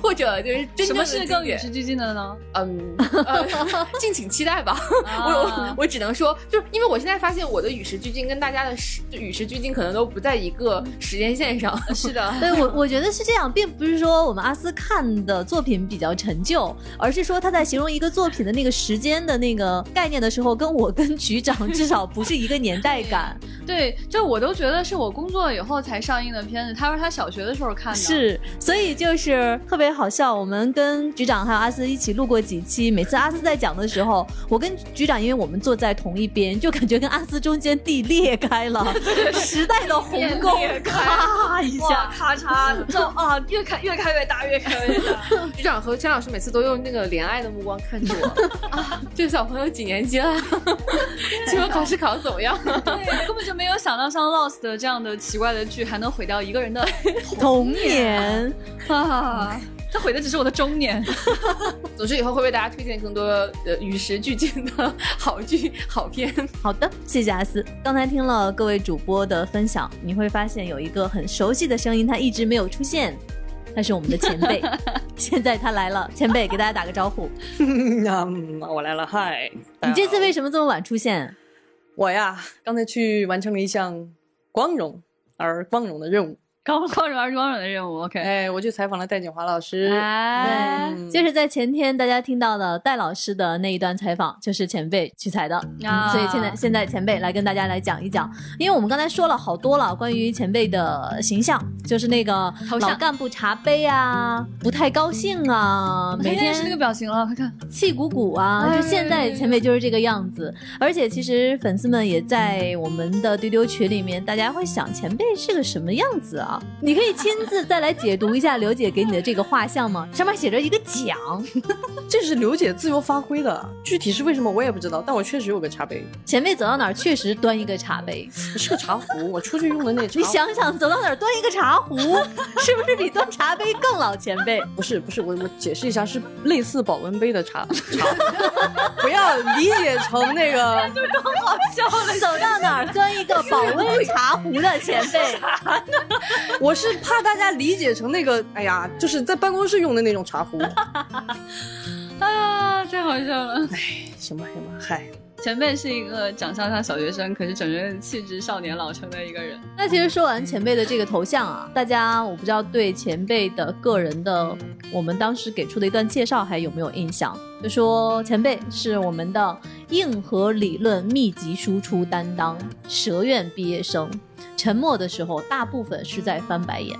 [SPEAKER 11] 或者就是真
[SPEAKER 4] 什
[SPEAKER 11] 正
[SPEAKER 4] 么
[SPEAKER 11] 的
[SPEAKER 4] 是
[SPEAKER 11] 经
[SPEAKER 4] 更与
[SPEAKER 11] 典
[SPEAKER 4] 时俱进的呢？
[SPEAKER 11] 嗯，呃 敬请期待吧。
[SPEAKER 4] 啊
[SPEAKER 11] 我我我只能说，就是因为我现在发现我的与时俱进跟大家的时就与时俱进可能都不在一个时间线上。是 的，
[SPEAKER 1] 对我，我觉得是这样，并不是说我们阿斯看的作品比较陈旧，而是说他在形容一个作品的那个时间的那个概念的时候，跟我跟局长至少不是一个年代感。
[SPEAKER 4] 对，就我都觉得是我工作以后才上映的片子，他说他小学的时候看的，
[SPEAKER 1] 是，所以就是特别好笑。我们跟局长还有阿斯一起录过几期，每次阿斯在讲的时候，我跟局长，因为我们坐在同一边，就感觉跟阿斯中间地裂开了， 时代的鸿 沟咔一下，
[SPEAKER 4] 咔嚓，这啊，越看越看越大，越看越大。
[SPEAKER 11] 局长和钱老师每次都用那个怜爱的目光看着 我啊，这个小朋友几年级了？期末考试考得怎么样？
[SPEAKER 4] 对，根本就没有想到像《Lost》这样的奇怪的剧还能毁掉一个人的
[SPEAKER 1] 童年。
[SPEAKER 4] 啊，他毁的只是我的中年。
[SPEAKER 11] 总之以后会为大家推荐更多呃与时俱进的 好剧好片。
[SPEAKER 1] 好的，谢谢阿斯。刚才听了各位主播的分享，你会发现有一个很熟悉的声音，他一直没有出现，他是我们的前 辈，现在他来了。前辈，给大家打个招 呼。
[SPEAKER 9] 那、嗯、我来了，嗨！
[SPEAKER 1] 你这次为什么这么晚出现？
[SPEAKER 9] 我呀，刚才去完成了一项光荣而光荣的任 务。
[SPEAKER 4] 高光荣而光荣的任务，OK。
[SPEAKER 9] 哎，我去采访了戴锦华老师。
[SPEAKER 4] 哎，
[SPEAKER 9] 嗯
[SPEAKER 1] 啊就是在前天大家听到的戴老师的那一段采访，就是前辈取材的。
[SPEAKER 4] 啊
[SPEAKER 1] 所以现在现在前辈来跟大家来讲一讲，因为我们刚才说了好多了关于前辈的形象，就是那个
[SPEAKER 4] 头像
[SPEAKER 1] 老干部茶杯啊，不太高兴啊，每
[SPEAKER 4] 每
[SPEAKER 1] 天
[SPEAKER 4] 天是那个表情了，快看，哎
[SPEAKER 1] 气鼓鼓啊，就现在前辈就是这个样子。而且其实粉丝们也在我们的丢丢群里面，大家会想前辈是个什么样子啊？你可以亲自再来解读一下刘姐给你的这个画像吗？上面写着一个奖，
[SPEAKER 9] 这是刘姐自由发挥的，具体是为什么我也不知道，但我确实有个茶杯，
[SPEAKER 1] 前辈走到哪儿确实端一个茶杯，
[SPEAKER 9] 是个茶壶，我出去用的那茶。
[SPEAKER 1] 你，想想走到哪儿端一个茶壶，是不是比端茶杯更 老前辈？
[SPEAKER 9] 不是不是，我我解释一下，是类似保温杯的茶茶， 不要理解成那个。
[SPEAKER 1] 走到哪儿端一个保温茶壶的前辈，
[SPEAKER 9] 我是怕大家理解成那个，哎呀，就是在办公室用的那种茶 壶。
[SPEAKER 4] 啊，太好笑了。
[SPEAKER 9] 行吧行吧，嗨，
[SPEAKER 4] 前辈是一个长相像小学生，可是整个人气质少年老成的一个人。
[SPEAKER 1] 那其实说完前辈的这个头像啊，大家我不知道对前辈的个人的我们当时给出的一段介绍还有没有印象？就说前辈是我们的硬核理论密集输出担当，蛇院毕业生，沉默的时候大部分是在翻白眼。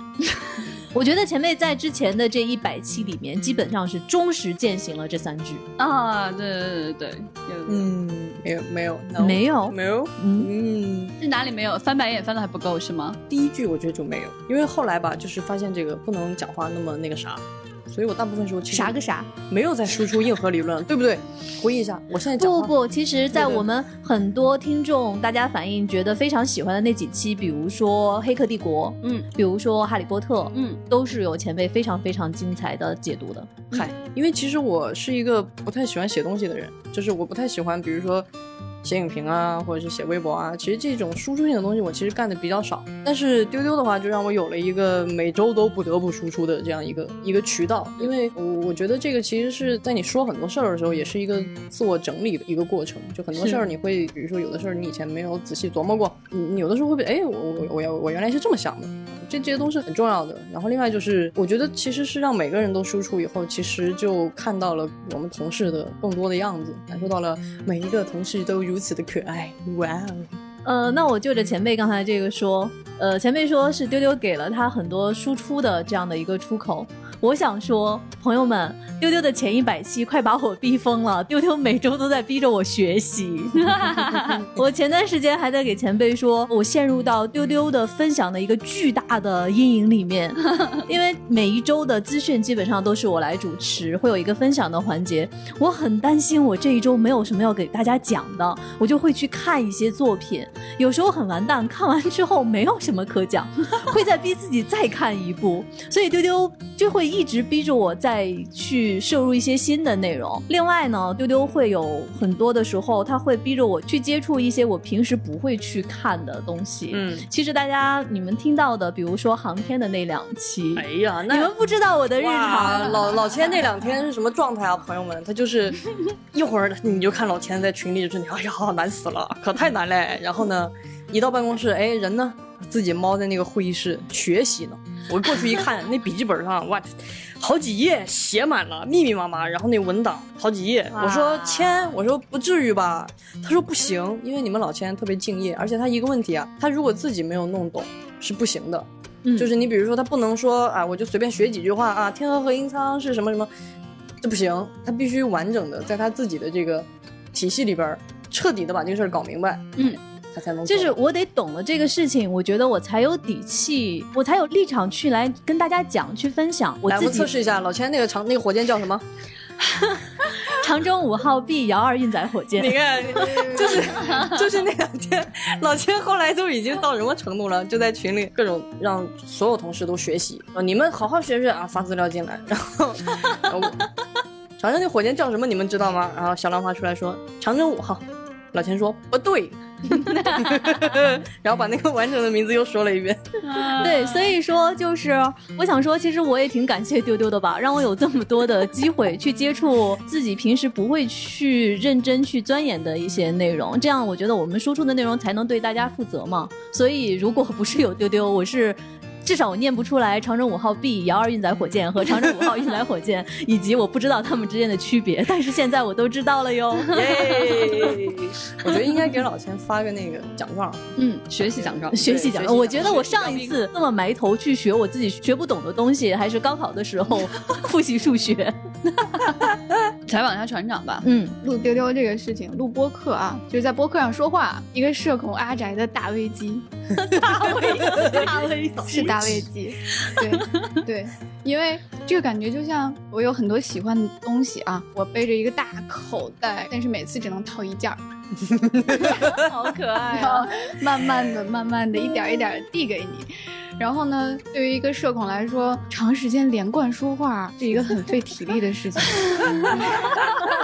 [SPEAKER 1] 我觉得前辈在之前的这一百期里面，基本上是忠实践行了这三句。
[SPEAKER 4] 啊，对对对对对，有
[SPEAKER 9] 嗯，没有没有
[SPEAKER 1] 没有
[SPEAKER 9] 没有，
[SPEAKER 1] 嗯，
[SPEAKER 9] 嗯。
[SPEAKER 4] 是哪里没有翻白眼翻的还不够是吗？
[SPEAKER 9] 第一句我觉得就没有，因为后来吧，就是发现这个不能讲话那么那个啥，所以我大部分时候其实
[SPEAKER 1] 啥个啥？
[SPEAKER 9] 没有在输出硬核理论，对不对？回忆一下，我现在讲
[SPEAKER 1] 不
[SPEAKER 9] 话
[SPEAKER 1] 不不，其实，在
[SPEAKER 9] 对对
[SPEAKER 1] 我们很多听众大家反映觉得非常喜欢的那几期，比如说《黑客帝国》，
[SPEAKER 4] 嗯，
[SPEAKER 1] 比如说《哈利波特》，
[SPEAKER 4] 嗯，
[SPEAKER 1] 都是有前辈非常非常精彩的解读的。嗯
[SPEAKER 9] 嗨，因为其实我是一个不太喜欢写东西的人，就是我不太喜欢，比如说写影评啊，或者是写微博啊。其实这种输出性的东西，我其实干的比较少。但是丢丢的话，就让我有了一个每周都不得不输出的这样一个一个渠道。因为我我觉得这个其实是在你说很多事儿的时候，也是一个自我整理的一个过程。就很多
[SPEAKER 1] 是
[SPEAKER 9] 事儿，你会比如说有的事儿你以前没有仔细琢磨过，你你有的时候会被哎，我我我要我原来是这么想的。这这些都是很重要的。然后另外就是，我觉得其实是让每个人都输出以后，其实就看到了我们同事的更多的样子，感受到了每一个同事都如此的可爱。哇哦！
[SPEAKER 1] 呃，那我就着前辈刚才这个说，呃，前辈说是丢丢给了他很多输出的这样的一个出口。我想说，朋友们，丢丢的前一百期快把我逼疯了，丢丢每周都在逼着我学习。 我前段时间还在给前辈说，我陷入到丢丢的分享的一个巨大的阴影里面， 因为每一周的资讯基本上都是我来主持，会有一个分享的环节，我很担心我这一周没有什么要给大家讲的，我就会去看一些作品，有时候很完蛋，看完之后没有什么可讲， 会再逼自己再看一部，所以丢丢就会一直逼着我再去摄入一些新的内容。另外呢，丢丢会有很多的时候，他会逼着我去接触一些我平时不会去看的东西。
[SPEAKER 8] 嗯，
[SPEAKER 1] 其实大家你们听到的，比如说航天的那两期，
[SPEAKER 8] 哎呀，
[SPEAKER 1] 你们不知道我的日
[SPEAKER 9] 哇，
[SPEAKER 1] 常。
[SPEAKER 9] 老老千那两天是什么状态啊，朋友们？他就是一会儿你就看老千在群里就真的，哎呀，难死了，可太难嘞。然后呢，一到办公室，哎，人呢自己猫在那个会议室学习呢。我过去一看，那笔记本上哇，好几页写满了，密密麻麻，然后那文档好几页。我说千，我说不至于吧？他说不行，因为你们老千特别敬业，而且他一个问题啊，他如果自己没有弄懂是不行的。
[SPEAKER 1] 嗯
[SPEAKER 5] 嗯
[SPEAKER 9] 就是你比如说，他不能说啊，我就随便学几句话啊，天河和音舱是什么什么，这不行，他必须完整的在他自己的这个体系里边儿彻底的把这个事儿搞明白，
[SPEAKER 1] 嗯，
[SPEAKER 9] 他才能做
[SPEAKER 1] 就是我得懂了这个事情，我觉得我才有底气，我才有立场去来跟大家讲、去分享我
[SPEAKER 9] 来，我
[SPEAKER 1] 自
[SPEAKER 9] 们
[SPEAKER 1] 己
[SPEAKER 9] 测试一下老千那个长那个火箭叫什么？
[SPEAKER 1] 长征五号 B 遥二运载火箭。
[SPEAKER 9] 你看， 就是 就是那两天，老千后来都已经到什么程度了？就在群里各种让所有同事都学习，说你们好好学学啊，发资料进来。然后，然后我长征那火箭叫什么？你们知道吗？然后小浪花出来说长征五号，老千说不对， 然后把那个完整的名字又说了一遍。啊
[SPEAKER 1] 对，所以说就是我想说，其实我也挺感谢丢丢的吧，让我有这么多的机会去接触自己平时不会去认真去钻研的一些内容，这样我觉得我们输出的内容才能对大家负责嘛。所以如果不是有丢丢，我是。至少我念不出来长征五号 B 遥二运载火箭和长征五号运载火箭， 以及我不知道它们之间的区别，但是现在我都知道了哟。
[SPEAKER 9] 耶！我觉得应该给老千发个那个奖状，
[SPEAKER 4] 嗯，学习奖状，
[SPEAKER 1] 学习
[SPEAKER 9] 对
[SPEAKER 1] 讲
[SPEAKER 9] 学习
[SPEAKER 1] 的，我
[SPEAKER 9] 讲
[SPEAKER 1] 觉得我上一次那么埋头去学我自己学不懂的东西，还是高考的 时候复习数学。
[SPEAKER 4] 采访一下船长吧。
[SPEAKER 1] 嗯，
[SPEAKER 2] 录丢丢这个事情，录播客啊，就是在播客上说话，一个社恐阿宅的大危机，
[SPEAKER 1] 大危
[SPEAKER 2] 是大危机，对对，因为这个感觉就像我有很多喜欢的东西啊，我背着一个大口袋，但是每次只能套一件儿，
[SPEAKER 1] 好可爱啊
[SPEAKER 2] 然！
[SPEAKER 9] 啊
[SPEAKER 2] 后慢慢的、慢慢的、一点儿一点的递给你。然后呢，对于一个社恐来说，长时间连贯说话是一个很费体力的事情。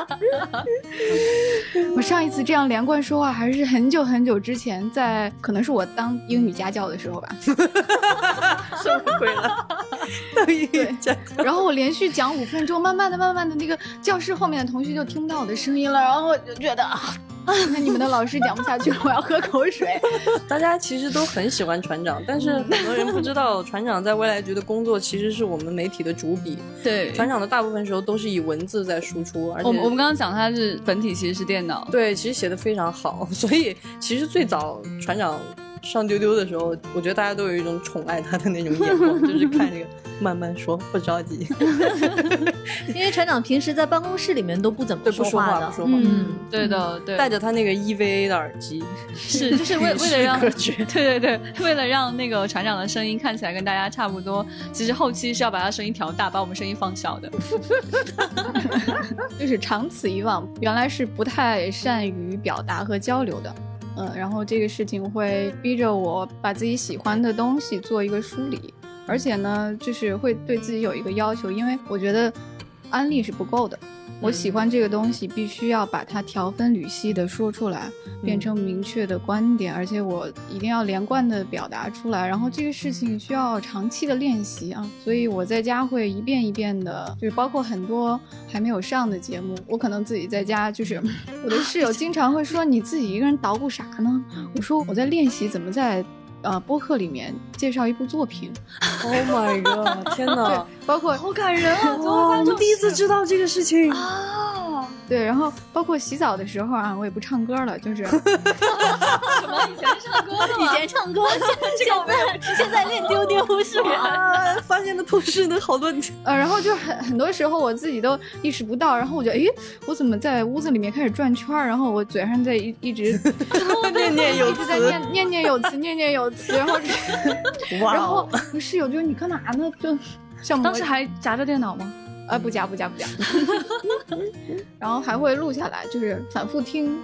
[SPEAKER 2] 我上一次这样连贯说话还是很久很久之前，在可能是我当英语家教的时候吧。
[SPEAKER 9] 受不亏了。
[SPEAKER 2] 然后我连续讲五分钟，慢慢的、慢慢的，那个教室后面的同学就听到我的声音了，然后我就觉得啊， 那你们的老师讲不 下去了，我要喝口水。
[SPEAKER 9] 大家其实都很喜欢船长，但是很多人不知道，船长在未来局的工作其实是我们媒体的主笔。
[SPEAKER 4] 对，
[SPEAKER 9] 船长的大部分时候都是以文字在输出，而且
[SPEAKER 4] 我们我们刚刚讲他是本体其实是电脑，
[SPEAKER 9] 对其实写的非常好， 所以其实最早船长上丢丢的时候，我觉得大家都有一种宠爱他的那种眼 光，就是看这个慢慢说，不着急，
[SPEAKER 1] 因为船长平时在办公室里面都不怎么
[SPEAKER 9] 对，不说
[SPEAKER 1] 话
[SPEAKER 9] 话，
[SPEAKER 1] 的
[SPEAKER 9] 不，说话。
[SPEAKER 1] 嗯，
[SPEAKER 4] 对的，对，
[SPEAKER 9] 戴着他那个 EVA 的耳机，
[SPEAKER 4] 是就是为
[SPEAKER 9] 与
[SPEAKER 4] 为
[SPEAKER 9] 世
[SPEAKER 4] 了让
[SPEAKER 9] 隔绝
[SPEAKER 4] 对对对，为了让那个船长的声音看起来跟大家差不多，其实后期是要把他声音调大，把我们声音放小的。
[SPEAKER 2] 就是长此以往，原来是不太善于表达和交流的，嗯，然后这个事情会逼着我把自己喜欢的东西做一个梳理，而且呢，就是会对自己有一个要求，因为我觉得安利是不够的，我喜欢这个东西，必须要把它条分缕析的说出来，变成明确的观点，而且我一定要连贯的表达出来。然后这个事情需要长期的练习啊，所以我在家会一遍一遍的，就是包括很多还没有上的节目，我可能自己在家就是我的室友经常会说你自己一个人捣鼓啥呢？我说我在练习怎么在。呃，播客里面介绍一部作品，
[SPEAKER 9] Oh my god！天哪，
[SPEAKER 2] 对，包括
[SPEAKER 9] 啊 哇，我第一次知道这个事情。
[SPEAKER 2] 啊对，然后包括洗澡的时候啊，我也不唱歌了，就是什
[SPEAKER 12] 以前唱歌
[SPEAKER 1] 以前 唱歌，现在现在练丢丢是吗？
[SPEAKER 5] 啊，发现的同事的好多
[SPEAKER 2] 呃，然后就很很多时候我自己都意识不到，然后我就诶，我怎么在屋子里面开始转圈儿？然后我嘴上在一一 直
[SPEAKER 5] 念念有
[SPEAKER 2] 一直在
[SPEAKER 5] 词，
[SPEAKER 2] 念念念有词，念念有词，然后
[SPEAKER 5] 哇
[SPEAKER 2] 然后
[SPEAKER 5] 哦！
[SPEAKER 2] 我室友就你干嘛呢？就像
[SPEAKER 4] 当
[SPEAKER 2] 魔
[SPEAKER 4] 时还夹着电脑吗？
[SPEAKER 2] 啊不加不加不加， 然后还会录下来，就是反复听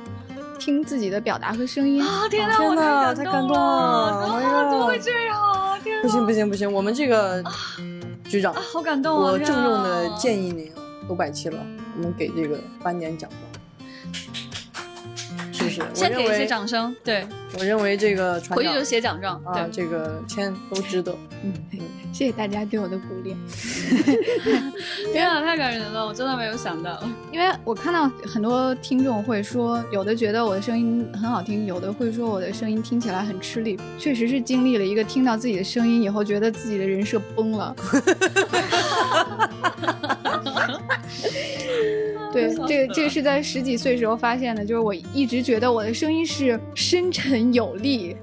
[SPEAKER 2] 听自己的表达和声音。
[SPEAKER 4] 啊天哪，
[SPEAKER 5] 天
[SPEAKER 4] 我
[SPEAKER 5] 哪，
[SPEAKER 4] 太
[SPEAKER 5] 太
[SPEAKER 4] 感
[SPEAKER 5] 感
[SPEAKER 4] 动
[SPEAKER 5] 动
[SPEAKER 4] 了！
[SPEAKER 5] 了！
[SPEAKER 4] 啊
[SPEAKER 5] 哎呀
[SPEAKER 4] 怎么会这样？啊天哪
[SPEAKER 5] 不行不行不行，我们这个局长，
[SPEAKER 4] 啊，，好感动啊！
[SPEAKER 9] 我郑重
[SPEAKER 4] 天
[SPEAKER 9] 的
[SPEAKER 4] 哪
[SPEAKER 9] 建议您，都百期了，我们给这个颁奖奖状，是不是？我
[SPEAKER 4] 先给
[SPEAKER 9] 认
[SPEAKER 4] 一些
[SPEAKER 9] 为，
[SPEAKER 4] 掌声，对，
[SPEAKER 9] 我认为这个船
[SPEAKER 4] 回去
[SPEAKER 9] 长
[SPEAKER 4] 就写奖状，
[SPEAKER 9] 啊，
[SPEAKER 4] 对。
[SPEAKER 9] 这个签都值得。
[SPEAKER 2] 谢谢大家对我的鼓励。
[SPEAKER 4] 天啊，太感人了！我真的没有想到，
[SPEAKER 2] 因为我看到很多听众会说，有的觉得我的声音很好听，有的会说我的声音听起来很吃力。确实是经历了一个听到自己的声音以后，觉得自己的人设崩了。对，这个这个是在十几岁时候发现的，就是我一直觉得我的声音是深沉有力、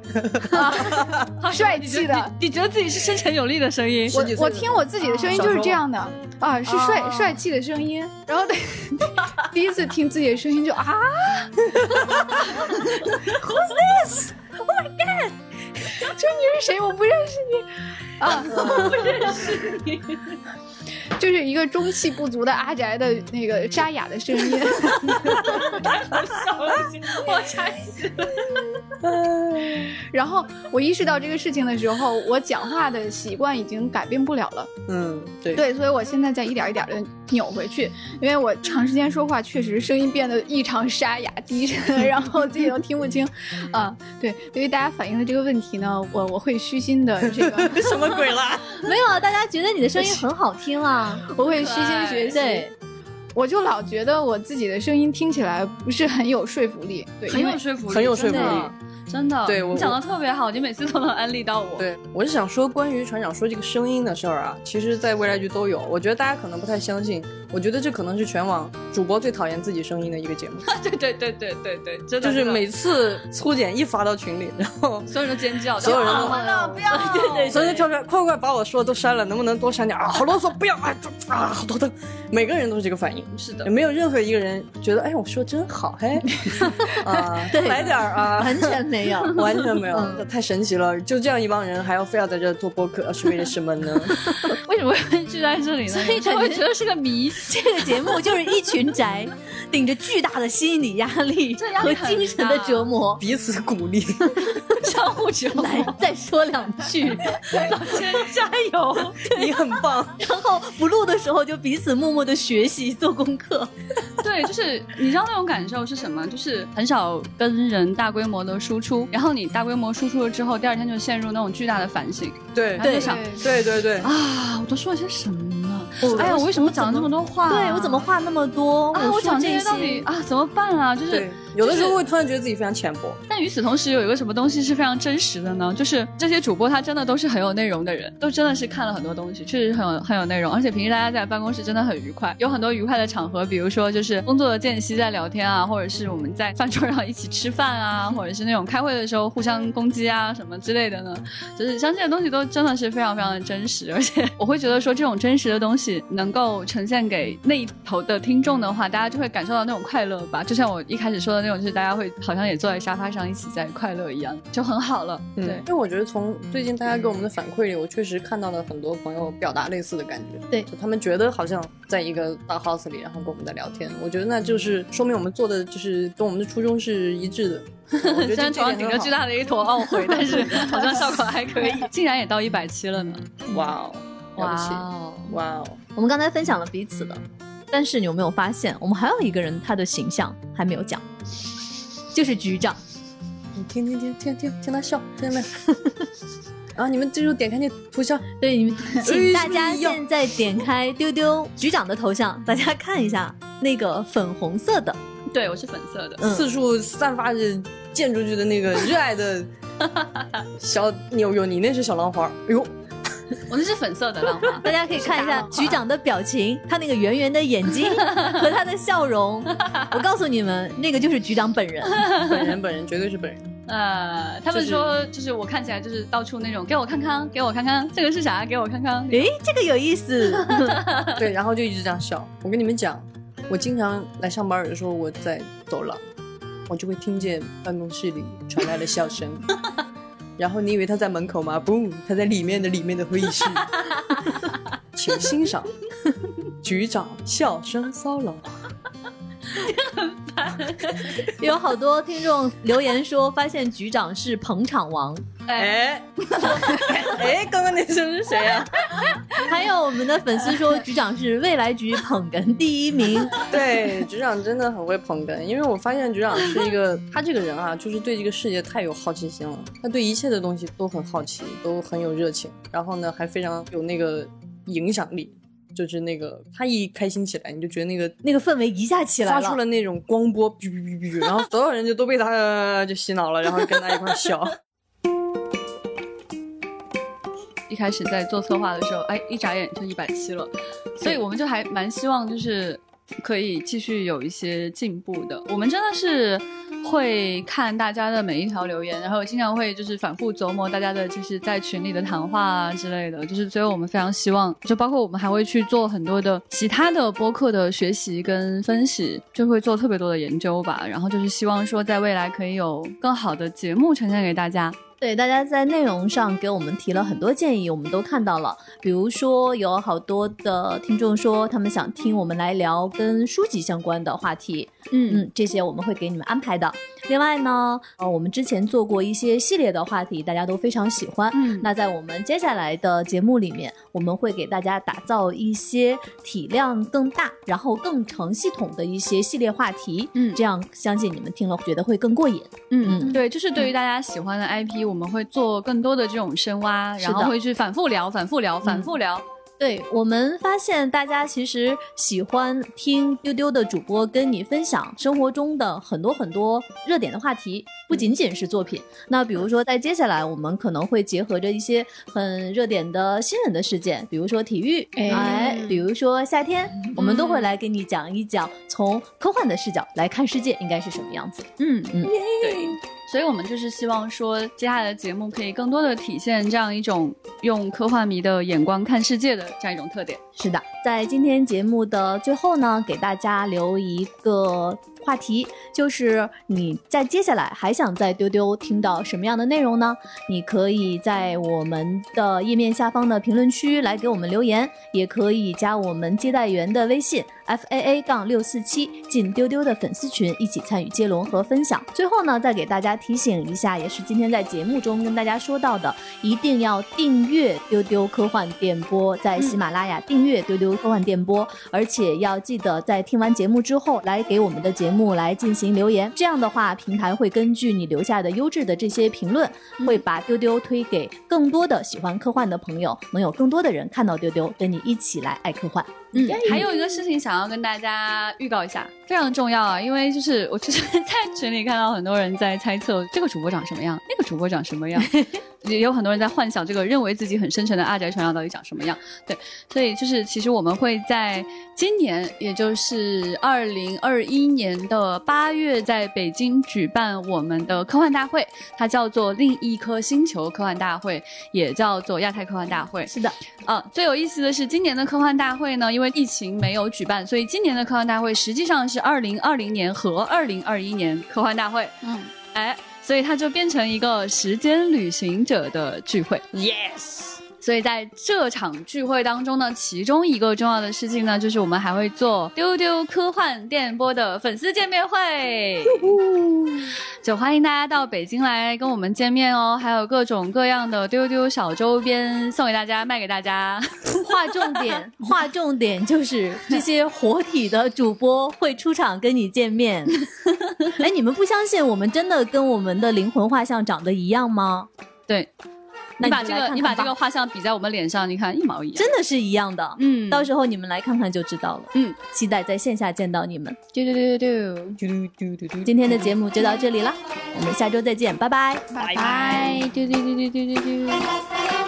[SPEAKER 2] 啊、帅气的，
[SPEAKER 4] 你觉得自己是深沉有力的声音？
[SPEAKER 2] 我
[SPEAKER 9] 十几岁
[SPEAKER 2] 我
[SPEAKER 9] 的时
[SPEAKER 2] 听
[SPEAKER 9] 候
[SPEAKER 2] 我自己的声音就是这 样的啊，是帅、帅气的声音。然后 第一次听自己的声音就 啊，Who's this? Oh my god！说你是 谁？我不认识你 啊，我不认 识你。就是一个中气不足的阿宅的那个沙哑的声 音，然后我意识到这个事情的时候，我讲话的习惯已经改变不了了。
[SPEAKER 9] 嗯，对，
[SPEAKER 2] 对，所以我现在在一点儿一点的扭回去，因为我长时间说话确实声音变得异常沙哑低沉， 然后自己都听不清。啊，对，对于大家反映的这个问题呢，我我会虚心的这个
[SPEAKER 5] 什么鬼 啦？
[SPEAKER 1] 没有，啊，大家觉得你的声音很好听啊。
[SPEAKER 2] 我会虚心学习。
[SPEAKER 1] 对，
[SPEAKER 2] 我就老觉得我自己的声音听起来不是很有说服力，对，
[SPEAKER 4] 很
[SPEAKER 2] 因为
[SPEAKER 4] 有说服力，
[SPEAKER 9] 很有说
[SPEAKER 4] 真
[SPEAKER 9] 服
[SPEAKER 4] 的，真的。
[SPEAKER 9] 对我
[SPEAKER 4] 你讲的特别好，你每次都能安利到我。，
[SPEAKER 9] 对，我是想说关于船长说这个声音的事儿啊，其实在未来局都有。我觉得大家可能不太相信，我觉得这可能是全网主播最讨厌自己声音的一个节目，
[SPEAKER 4] 对对对对对 对，真的
[SPEAKER 9] 就是
[SPEAKER 4] 真的
[SPEAKER 9] 每次 粗剪一发到群里，然后
[SPEAKER 4] 所有人都尖叫，
[SPEAKER 9] 所有人都
[SPEAKER 4] 啊完了不要， 对对
[SPEAKER 9] 所以就跳出来，快快把我说的都删了，能不能多删 点啊？好啰嗦，不要啊！这啊，好头疼。每个人都是这个反应，
[SPEAKER 4] 是的
[SPEAKER 9] 也，没有任何一个人觉得，哎，我说真好， 嘿，啊，来点儿啊，
[SPEAKER 1] 完全没有。
[SPEAKER 9] 完全没有，
[SPEAKER 4] 嗯
[SPEAKER 9] 这太神奇了！就这样一帮人，还要非要在这做播客，啊是为了什么 呢？
[SPEAKER 4] 为什么会聚在这里呢？
[SPEAKER 1] 所以
[SPEAKER 4] 就
[SPEAKER 1] 感
[SPEAKER 4] 会
[SPEAKER 1] 觉
[SPEAKER 4] 觉得是个谜。
[SPEAKER 1] 这个节目就是一群宅，顶着巨大的心理压力
[SPEAKER 4] 这压
[SPEAKER 1] 和
[SPEAKER 4] 力很
[SPEAKER 1] 精神的
[SPEAKER 4] 大
[SPEAKER 1] 折磨，
[SPEAKER 9] 彼此鼓励，
[SPEAKER 4] 相互折磨，
[SPEAKER 1] 来再说两句，
[SPEAKER 4] 先加油！
[SPEAKER 9] 你很棒。
[SPEAKER 1] 然后不录的时候就彼此默默的学习做功课。
[SPEAKER 4] 对，就是你知道那种感受是什么？就是很少跟人大规模的输出，然后你大规模输出了之后，第二天就陷入那种巨大的反省，
[SPEAKER 9] 对
[SPEAKER 4] 然后就
[SPEAKER 1] 对
[SPEAKER 4] 想
[SPEAKER 9] 对对对，
[SPEAKER 4] 啊，我都说了些什么呢？
[SPEAKER 1] 我
[SPEAKER 4] 哎呀，
[SPEAKER 1] 我
[SPEAKER 4] 我为什么讲了这么多话？
[SPEAKER 1] 对我怎么话那么多？
[SPEAKER 4] 啊？我
[SPEAKER 1] 说
[SPEAKER 4] 讲这
[SPEAKER 1] 这
[SPEAKER 4] 些到底啊怎么办啊？就是
[SPEAKER 9] 对，，有的
[SPEAKER 4] 就是
[SPEAKER 9] 时候会突然觉得自己非常浅薄。
[SPEAKER 4] 但与此同时，有一个什么东西是非常真实的呢？就是这些主播他真的都是很有内容的人，都真的是看了很多东西，确实很有很有内容。而且平时大家在办公室真的很愉快，有很多愉快的场合，比如说就是工作的间隙在聊天啊，或者是我们在饭桌上一起吃饭啊，或者是那种开会的时候互相攻击啊什么之类的呢。就是像这些东西都真的是非常非常的真实，而且我会觉得说这种真实的东西能够呈现给那一头的听众的话，大家就会感受到那种快乐吧。就像我一开始说的那种，就是大家会好像也坐在沙发上一起在快乐一样，就很好了。
[SPEAKER 9] 嗯
[SPEAKER 4] 对
[SPEAKER 9] 因，为我觉得从最近大家给我们的反馈里，我确实看到了很多朋友表达类似的感觉。
[SPEAKER 1] 对
[SPEAKER 9] 就他们觉得好像在一个大 house 里，然后跟我们在聊天。我觉得那就是说明我们做的就是跟我们的初衷是一致的。我觉得
[SPEAKER 4] 虽然
[SPEAKER 9] 这
[SPEAKER 4] 头上顶着巨大的一坨懊悔，但是好像效果还可 以，竟然也到一百期了呢！
[SPEAKER 9] 哇哦，了
[SPEAKER 4] 哇
[SPEAKER 9] 不起，
[SPEAKER 4] 哦，
[SPEAKER 9] 哇哦，
[SPEAKER 1] 我们刚才分享了彼此的，但是你有没有发现，我们还有一个人他的形象还没有讲，就是局长。
[SPEAKER 9] 你听听听听 听听他笑，听见没有？ 啊，你们这时候点开那图像，
[SPEAKER 1] 对，你们请大家
[SPEAKER 9] 哎是不是一样
[SPEAKER 1] 现在点开丢丢局长的头像，大家看一下那个粉红色的，
[SPEAKER 4] 对我是粉色的，
[SPEAKER 1] 嗯，
[SPEAKER 9] 四处散发着溅出去的那个热爱的小扭哟，你那是小浪花，哎呦，
[SPEAKER 4] 我那是粉色的浪 花。
[SPEAKER 1] 大家可以看一下局长的表情，他那个圆圆的眼睛和 他的笑容，我告诉你们，那个就是局长本人。
[SPEAKER 9] 本人本人绝对是本人。
[SPEAKER 4] 呃，他们说就是我看起来就是到处那种给我看看，给我看看，这个是啥？给我看看。
[SPEAKER 1] 诶，这个有意思。
[SPEAKER 3] 对，然后就一直这样笑。我跟你们讲，我经常来上班的时候，我在走廊，我就会听见办公室里传来了笑 声。然后你以为他在门口吗？不，他在里面的里面的会议室。请欣 赏局长笑声骚扰。
[SPEAKER 1] 有好多听众留言说，发现局长是捧场王。
[SPEAKER 3] 哎哎，刚刚那声是谁啊呀、
[SPEAKER 1] 还有我们的粉丝说，局长是未来局捧哏第一名。
[SPEAKER 3] 对，局长真的很会捧哏，因为我发现局长是一个，他这个人啊，就是对这个世界太有好奇心了，他对一切的东西都很好奇，都很有热情，然后呢，还非常有那个影响力，就是那个他一开心起来，你就觉得那个
[SPEAKER 1] 那个氛围一下起来
[SPEAKER 3] 发出了那种光波，哔哔哔哔，然后所有人就都被他、 呃就洗脑了，然后跟他一块儿笑。
[SPEAKER 4] 一开始在做策划的时候，哎，一眨眼就一百期了，所以我们就还蛮希望就是可以继续有一些进步的。我们真的是会看大家的每一条留言，然后经常会就是反复琢磨大家的就是在群里的谈话啊之类的，就是所以我们非常希望，就包括我们还会去做很多的其他的播客的学习跟分析，就会做特别多的研究吧。然后就是希望说在未来可以有更好的节目呈现给大家。
[SPEAKER 1] 对，大家在内容上给我们提了很多建议，我们都看到了。比如说，有好多的听众说他们想听我们来聊跟书籍相关的话题，
[SPEAKER 2] 嗯，
[SPEAKER 1] 嗯，这些我们会给你们安排的。另外呢，呃，我们之前做过一些系列的话题，大家都非常喜欢。
[SPEAKER 2] 嗯
[SPEAKER 1] 那在我们接下来的节目里面，我们会给大家打造一些体量更大，然后更成系统的一些系列话题。
[SPEAKER 2] 嗯
[SPEAKER 1] 这样相信你们听了觉得会更过瘾。
[SPEAKER 2] 嗯
[SPEAKER 1] 嗯
[SPEAKER 4] 对，就是对于大家喜欢的 IP，、我们会做更多的这种深挖，
[SPEAKER 1] 是的嗯
[SPEAKER 4] 然后会去反复聊、反复聊、反复聊。
[SPEAKER 1] 对我们发现，大家其实喜欢听丢丢的主播跟你分享生活中的很多很多热点的话题，不仅仅是作品。那比如说，在接下来我们可能会结合着一些很热点的新人的事件，比如说体育，
[SPEAKER 2] 哎
[SPEAKER 1] 哎，比如说夏天，我们都会来给你讲一讲，从科幻的视角来看世界应该是什么样子。
[SPEAKER 2] 嗯
[SPEAKER 4] 所以我们就是希望说，接下来的节目可以更多的体现这样一种用科幻迷的眼光看世界的这样一种特点。
[SPEAKER 1] 是的，在今天节目的最后呢，给大家留一个话题，就是你在接下来还想在丢丢听到什么样的内容呢？你可以在我们的页面下方的评论区来给我们留言，也可以加我们接待员的微信 f a a 杠六四七进丢丢的粉丝群，一起参与接龙和分享。最后呢，再给大家提醒一下，也是今天在节目中跟大家说到的，一定要订阅丢丢科幻电波，在喜马拉雅订阅丢丢科幻电波，而且要记得在听完节目之后来给我们的节目来进行留言。这样的话，平台会根据你留下的优质的这些评论，会把丢丢推给更多的喜欢科幻的朋友，能有更多的人看到丢丢，跟你一起来爱科幻。
[SPEAKER 2] 嗯，
[SPEAKER 4] 哎还有一个事情想要跟大家预告一下，非常重要啊，因为就是我就是 在群里看到很多人在猜测这个主播长什么样，那个主播长什么样，也有很多人在幻想这个认为自己很深沉的阿宅船长到底长什么样。对，所以就是其实我们会在今年，也就是二零二一年的八月，在北京举办我们的科幻大会，它叫做另一颗星球科幻大会，也叫做亚太科幻大会。
[SPEAKER 1] 是的，
[SPEAKER 4] 啊，最有意思的是，今年的科幻大会呢，因为疫情没有举办，所以今年的科幻大会实际上是二零二零年和二零二一年科幻大会。
[SPEAKER 2] 嗯，
[SPEAKER 4] 哎，所以它就变成一个时间旅行者的聚会。
[SPEAKER 10] Yes，
[SPEAKER 4] 所以在这场聚会当中呢，其中一个重要的事情呢，就是我们还会做丢丢科幻电波的粉丝见面会，就欢迎大家到北京来跟我们见面哦。还有各种各样的丢丢小周边送给大家，卖给大家。
[SPEAKER 1] 划重点， 划重点就是这些活体的主播会出场跟你 见面。哎，你们不相信我们真的跟我们的灵魂画像长得一样吗？
[SPEAKER 4] 对，
[SPEAKER 1] 那
[SPEAKER 4] 你把
[SPEAKER 1] 就
[SPEAKER 4] 这
[SPEAKER 1] 来
[SPEAKER 4] 个
[SPEAKER 1] 看
[SPEAKER 4] 你
[SPEAKER 1] 看
[SPEAKER 4] 把这
[SPEAKER 1] 吧
[SPEAKER 4] 个画像比在我们脸上，你看一毛一样。
[SPEAKER 1] 真的是一样的。
[SPEAKER 4] 嗯，
[SPEAKER 1] 到时候你们来看看就知道了。
[SPEAKER 4] 嗯，
[SPEAKER 1] 期待在线下见到你们。
[SPEAKER 4] 丢丢丢丢丢，
[SPEAKER 1] 今天的节目就到这里了，我们下周再见，拜拜。
[SPEAKER 2] 拜拜。
[SPEAKER 4] 拜，丢丢丢丢丢丢丢。